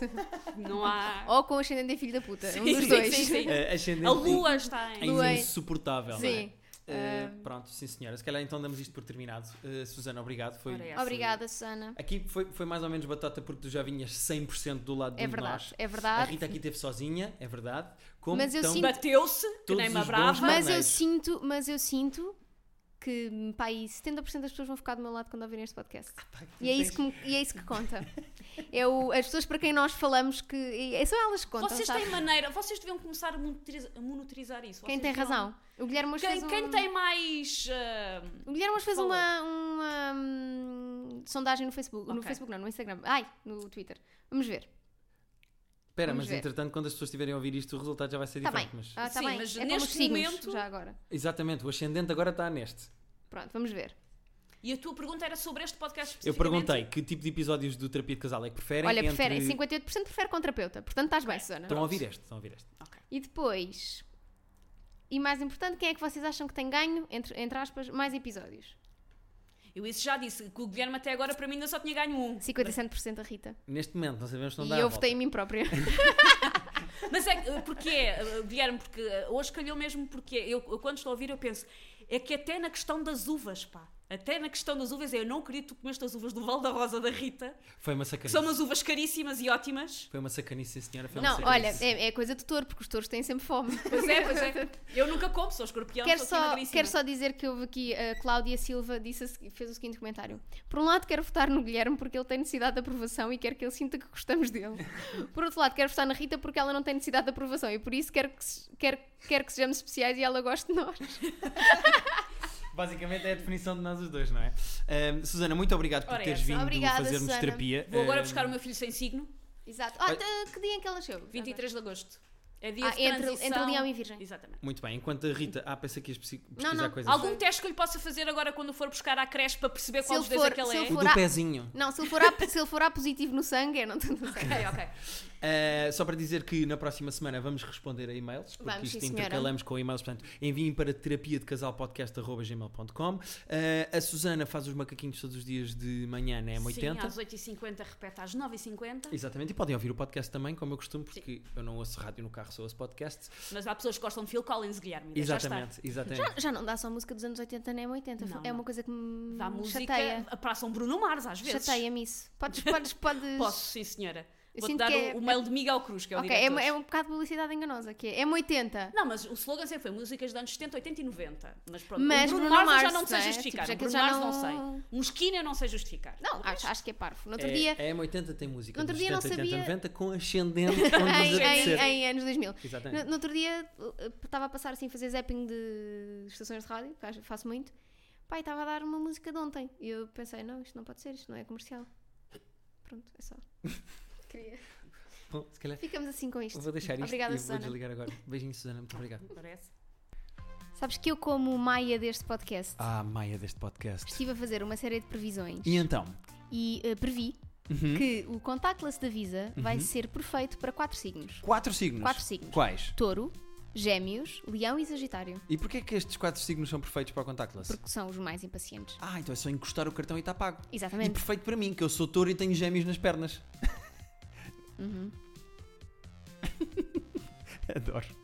Speaker 3: Não há.
Speaker 1: Ou com o ascendente em filho da puta. um
Speaker 3: Sim,
Speaker 1: dos
Speaker 3: sim,
Speaker 1: dois.
Speaker 3: sim, sim.
Speaker 2: Eh, ascendente
Speaker 3: A lua está
Speaker 2: é
Speaker 3: em.
Speaker 1: Lua em-
Speaker 2: insuportável. não é?
Speaker 1: Sim.
Speaker 3: Ah,
Speaker 2: Eh,
Speaker 1: Ahm.
Speaker 2: Pronto, sim senhora. Se calhar então damos isto por terminado. Eh, Susana, obrigado. Foi,
Speaker 3: Ora, é.
Speaker 1: Obrigada, Susana.
Speaker 2: Aqui foi, foi mais ou menos batata porque tu já vinhas 100% do lado de
Speaker 1: É
Speaker 2: um de
Speaker 1: verdade,
Speaker 2: nós.
Speaker 1: é
Speaker 2: A
Speaker 1: verdade.
Speaker 2: Rita aqui esteve sozinha, é verdade. Como
Speaker 1: Mas eu
Speaker 2: estão
Speaker 1: sinto-
Speaker 3: Bateu-se, que
Speaker 2: Todos
Speaker 3: nem uma
Speaker 2: os bons
Speaker 3: brava.
Speaker 1: Mas eu
Speaker 2: Torneios.
Speaker 1: sinto, mas eu sinto que hum, pá, aí 70% das pessoas vão ficar do meu lado quando ouvirem este podcast.
Speaker 2: Ah, Pá, tu
Speaker 1: E é,
Speaker 2: tens-
Speaker 1: isso que, me- e é isso que conta. É o- as pessoas para quem nós falamos que. e- É só elas que contam.
Speaker 3: vocês
Speaker 1: sabe?
Speaker 3: têm maneira, vocês deviam começar a monetariza- a monetizar, isso.
Speaker 1: Quem tem
Speaker 3: Vocês não-
Speaker 1: razão? O Guilherme hoje fez,
Speaker 3: então? Quem,
Speaker 1: um-
Speaker 3: quem tem mais. ah,
Speaker 1: o Guilherme hoje fez
Speaker 3: Falou.
Speaker 1: uma, uma, hum, sondagem no Facebook. No
Speaker 3: Ok.
Speaker 1: Facebook não, no Instagram. Ai, no Twitter. Vamos ver.
Speaker 2: Espera,
Speaker 1: Vamos
Speaker 2: mas
Speaker 1: ver.
Speaker 2: entretanto, quando as pessoas estiverem a ouvir isto, o resultado já vai ser
Speaker 1: Está bem.
Speaker 2: É diferente. Mas...
Speaker 1: Ah, tá
Speaker 3: Sim,
Speaker 1: bem.
Speaker 3: mas
Speaker 1: é como
Speaker 3: neste
Speaker 1: os signos,
Speaker 3: momento-
Speaker 1: já agora.
Speaker 2: Exatamente, o ascendente agora está neste.
Speaker 1: Pronto, vamos ver.
Speaker 3: e a tua pergunta era sobre este podcast
Speaker 2: Eu
Speaker 3: especificamente?
Speaker 2: perguntei que tipo de episódios do Terapia de Casal é que preferem.
Speaker 1: Olha,
Speaker 2: entre-
Speaker 1: preferem, 58% prefere com terapeuta. Portanto, estás bem, Susana.
Speaker 2: Estão a ouvir este, estão a ouvir este.
Speaker 3: Ok.
Speaker 1: E depois. E mais importante, quem é que vocês acham que tem ganho, entre, entre aspas, mais episódios?
Speaker 3: Eu isso já disse, que o Guilherme até agora para mim ainda só tinha ganho um.
Speaker 1: 57% a Rita.
Speaker 2: Neste momento, não sabemos se não
Speaker 1: E
Speaker 2: Então dá a
Speaker 1: eu
Speaker 2: volta.
Speaker 1: votei em mim própria.
Speaker 3: Mas é que- porque é, uh, Guilherme, porque uh, hoje calhou mesmo porque eu eu quando estou a ouvir eu penso, é que até na questão das uvas, pá. Até na questão das uvas, eu não queria que tu comeste as uvas do Val da Rosa da Rita,
Speaker 2: Foi uma
Speaker 3: que
Speaker 2: sacanice.
Speaker 3: são umas uvas caríssimas e ótimas.
Speaker 2: Foi uma sacanice, sim, senhora. Foi uma
Speaker 1: Não,
Speaker 2: sacanice.
Speaker 1: olha, é, é coisa de touro, porque os touros têm sempre fome.
Speaker 3: Pois é, pois é. Eu nunca como, sou escorpião,
Speaker 1: Quero
Speaker 3: sou
Speaker 1: só,
Speaker 3: magríssima.
Speaker 1: quero só dizer que houve aqui a Cláudia Silva disse a segui- fez o seguinte comentário: Por um lado, quero votar no Guilherme porque ele tem necessidade de aprovação e quero que ele sinta que gostamos dele. Por outro lado, quero votar na Rita porque ela não tem necessidade de aprovação e por isso quero que, se- quero, quero que sejamos especiais e ela goste de nós.
Speaker 2: Basicamente é a definição de nós os dois, não é? Ahm, Susana, muito obrigado por
Speaker 3: Ora,
Speaker 2: teres
Speaker 3: essa.
Speaker 2: vindo
Speaker 1: Obrigada,
Speaker 2: fazer-nos
Speaker 1: Susana.
Speaker 2: terapia.
Speaker 3: Vou agora
Speaker 2: Ahm,
Speaker 3: buscar o meu filho sem signo,
Speaker 1: Exato. Ah, tá, que dia em que ela nasceu?
Speaker 3: 23 de agosto. É dia
Speaker 1: Ah,
Speaker 3: de
Speaker 1: entre,
Speaker 3: transição.
Speaker 1: entre Leão e Virgem.
Speaker 3: Exatamente.
Speaker 2: Muito bem, enquanto a Rita. Ah, pensa que ias pesqui- pesquisar
Speaker 1: não.
Speaker 2: coisas.
Speaker 3: Algum teste que eu lhe possa fazer agora quando for buscar à creche para perceber
Speaker 1: Se
Speaker 3: qual
Speaker 1: ele
Speaker 3: dos dois
Speaker 1: for-
Speaker 3: é que ele
Speaker 1: se ele
Speaker 3: é?
Speaker 2: O
Speaker 1: Fora-
Speaker 2: do pezinho.
Speaker 1: Não, se ele for A, se ele for A positivo no sangue, é não estou
Speaker 3: Ok, ok.
Speaker 2: Uh, só para dizer que na próxima semana vamos responder a e-mails, porque
Speaker 1: Vamos, sim,
Speaker 2: isto
Speaker 1: senhora.
Speaker 2: intercalamos com e-mails, portanto, enviem para terapia de casal podcast.gmail.com. Uh, a Susana faz os macaquinhos todos os dias de manhã na
Speaker 3: Sim,
Speaker 2: M80.
Speaker 3: às 8h50 repete às 9h50.
Speaker 2: Exatamente, e podem ouvir o podcast também, como eu costumo, porque eu não ouço rádio no carro, só ouço podcast.
Speaker 3: Mas há pessoas que gostam de Phil Collins, Guilherme. deixa
Speaker 2: Exatamente, exatamente.
Speaker 1: Já, já não dá só música dos anos 80, nem 80.
Speaker 3: Não,
Speaker 1: é uma
Speaker 3: não.
Speaker 1: coisa que me
Speaker 3: estar. Dá música,
Speaker 1: chateia.
Speaker 3: praça um Bruno Mars às vezes.
Speaker 1: Chateia-me isso. Podes, podes, podes.
Speaker 3: Posso, sim senhora.
Speaker 1: Eu
Speaker 3: Vou-te
Speaker 1: sinto
Speaker 3: dar
Speaker 1: que é-
Speaker 3: o, o mail de Miguel Cruz, que é o
Speaker 1: Ok, é,
Speaker 3: diretor.
Speaker 1: uma- é um bocado de publicidade enganosa, que é M80.
Speaker 3: Não, mas o slogan sempre foi músicas dos anos 70, 80 e 90. Mas pronto,
Speaker 1: Mas
Speaker 3: o Bruno,
Speaker 1: Bruno
Speaker 3: Mars, eu já não
Speaker 1: Mars,
Speaker 3: sei
Speaker 1: não é?
Speaker 3: justificar.
Speaker 1: Tipo, já
Speaker 3: o
Speaker 1: que ele
Speaker 3: Bruno
Speaker 1: já
Speaker 3: Mars
Speaker 1: não-
Speaker 3: não sei. Um esquina eu não sei justificar.
Speaker 1: Não,
Speaker 3: Mas-
Speaker 1: acho, acho que é parvo. No outro
Speaker 2: É-
Speaker 1: dia,
Speaker 2: é M80 tem música.
Speaker 1: No outro
Speaker 2: dos
Speaker 1: dia não
Speaker 2: 70, 80,
Speaker 1: sabia-
Speaker 2: 90 com ascendente onde nos
Speaker 1: em, em-
Speaker 2: apetecer.
Speaker 1: em anos 2000.
Speaker 2: Exatamente.
Speaker 1: No, no outro dia, eh, estava a passar assim, a fazer zapping de estações de rádio, que acho- faço muito. Pai, estava a dar uma música de ontem. E eu pensei, não, isto não pode ser, isto não é comercial. Pronto, é só. Queria.
Speaker 2: Bom, se calhar
Speaker 1: Ficamos assim com isto.
Speaker 2: vou deixar isto
Speaker 1: Obrigada,
Speaker 2: e vou
Speaker 1: Susana.
Speaker 2: desligar agora. Beijinho, Susana, muito obrigado.
Speaker 3: Parece.
Speaker 1: Sabes que eu, como Maia deste podcast,
Speaker 2: Ah, Maia deste podcast.
Speaker 1: estive a fazer uma série de previsões
Speaker 2: E Uhum. então?
Speaker 1: e eh, previ que o contactless da Visa
Speaker 2: Uhum.
Speaker 1: vai ser perfeito para quatro signos.
Speaker 2: Quatro signos.
Speaker 1: Quatro signos.
Speaker 2: Quais?
Speaker 1: Touro, Gêmeos, Leão e Sagitário,
Speaker 2: E porquê é que estes quatro signos são perfeitos para o contactless?
Speaker 1: porque são os mais impacientes.
Speaker 2: Ah, então é só encostar o cartão e está pago. E
Speaker 1: Exatamente.
Speaker 2: perfeito para mim, que eu sou touro e tenho gêmeos nas
Speaker 1: Uhum.
Speaker 2: pernas. Adoro.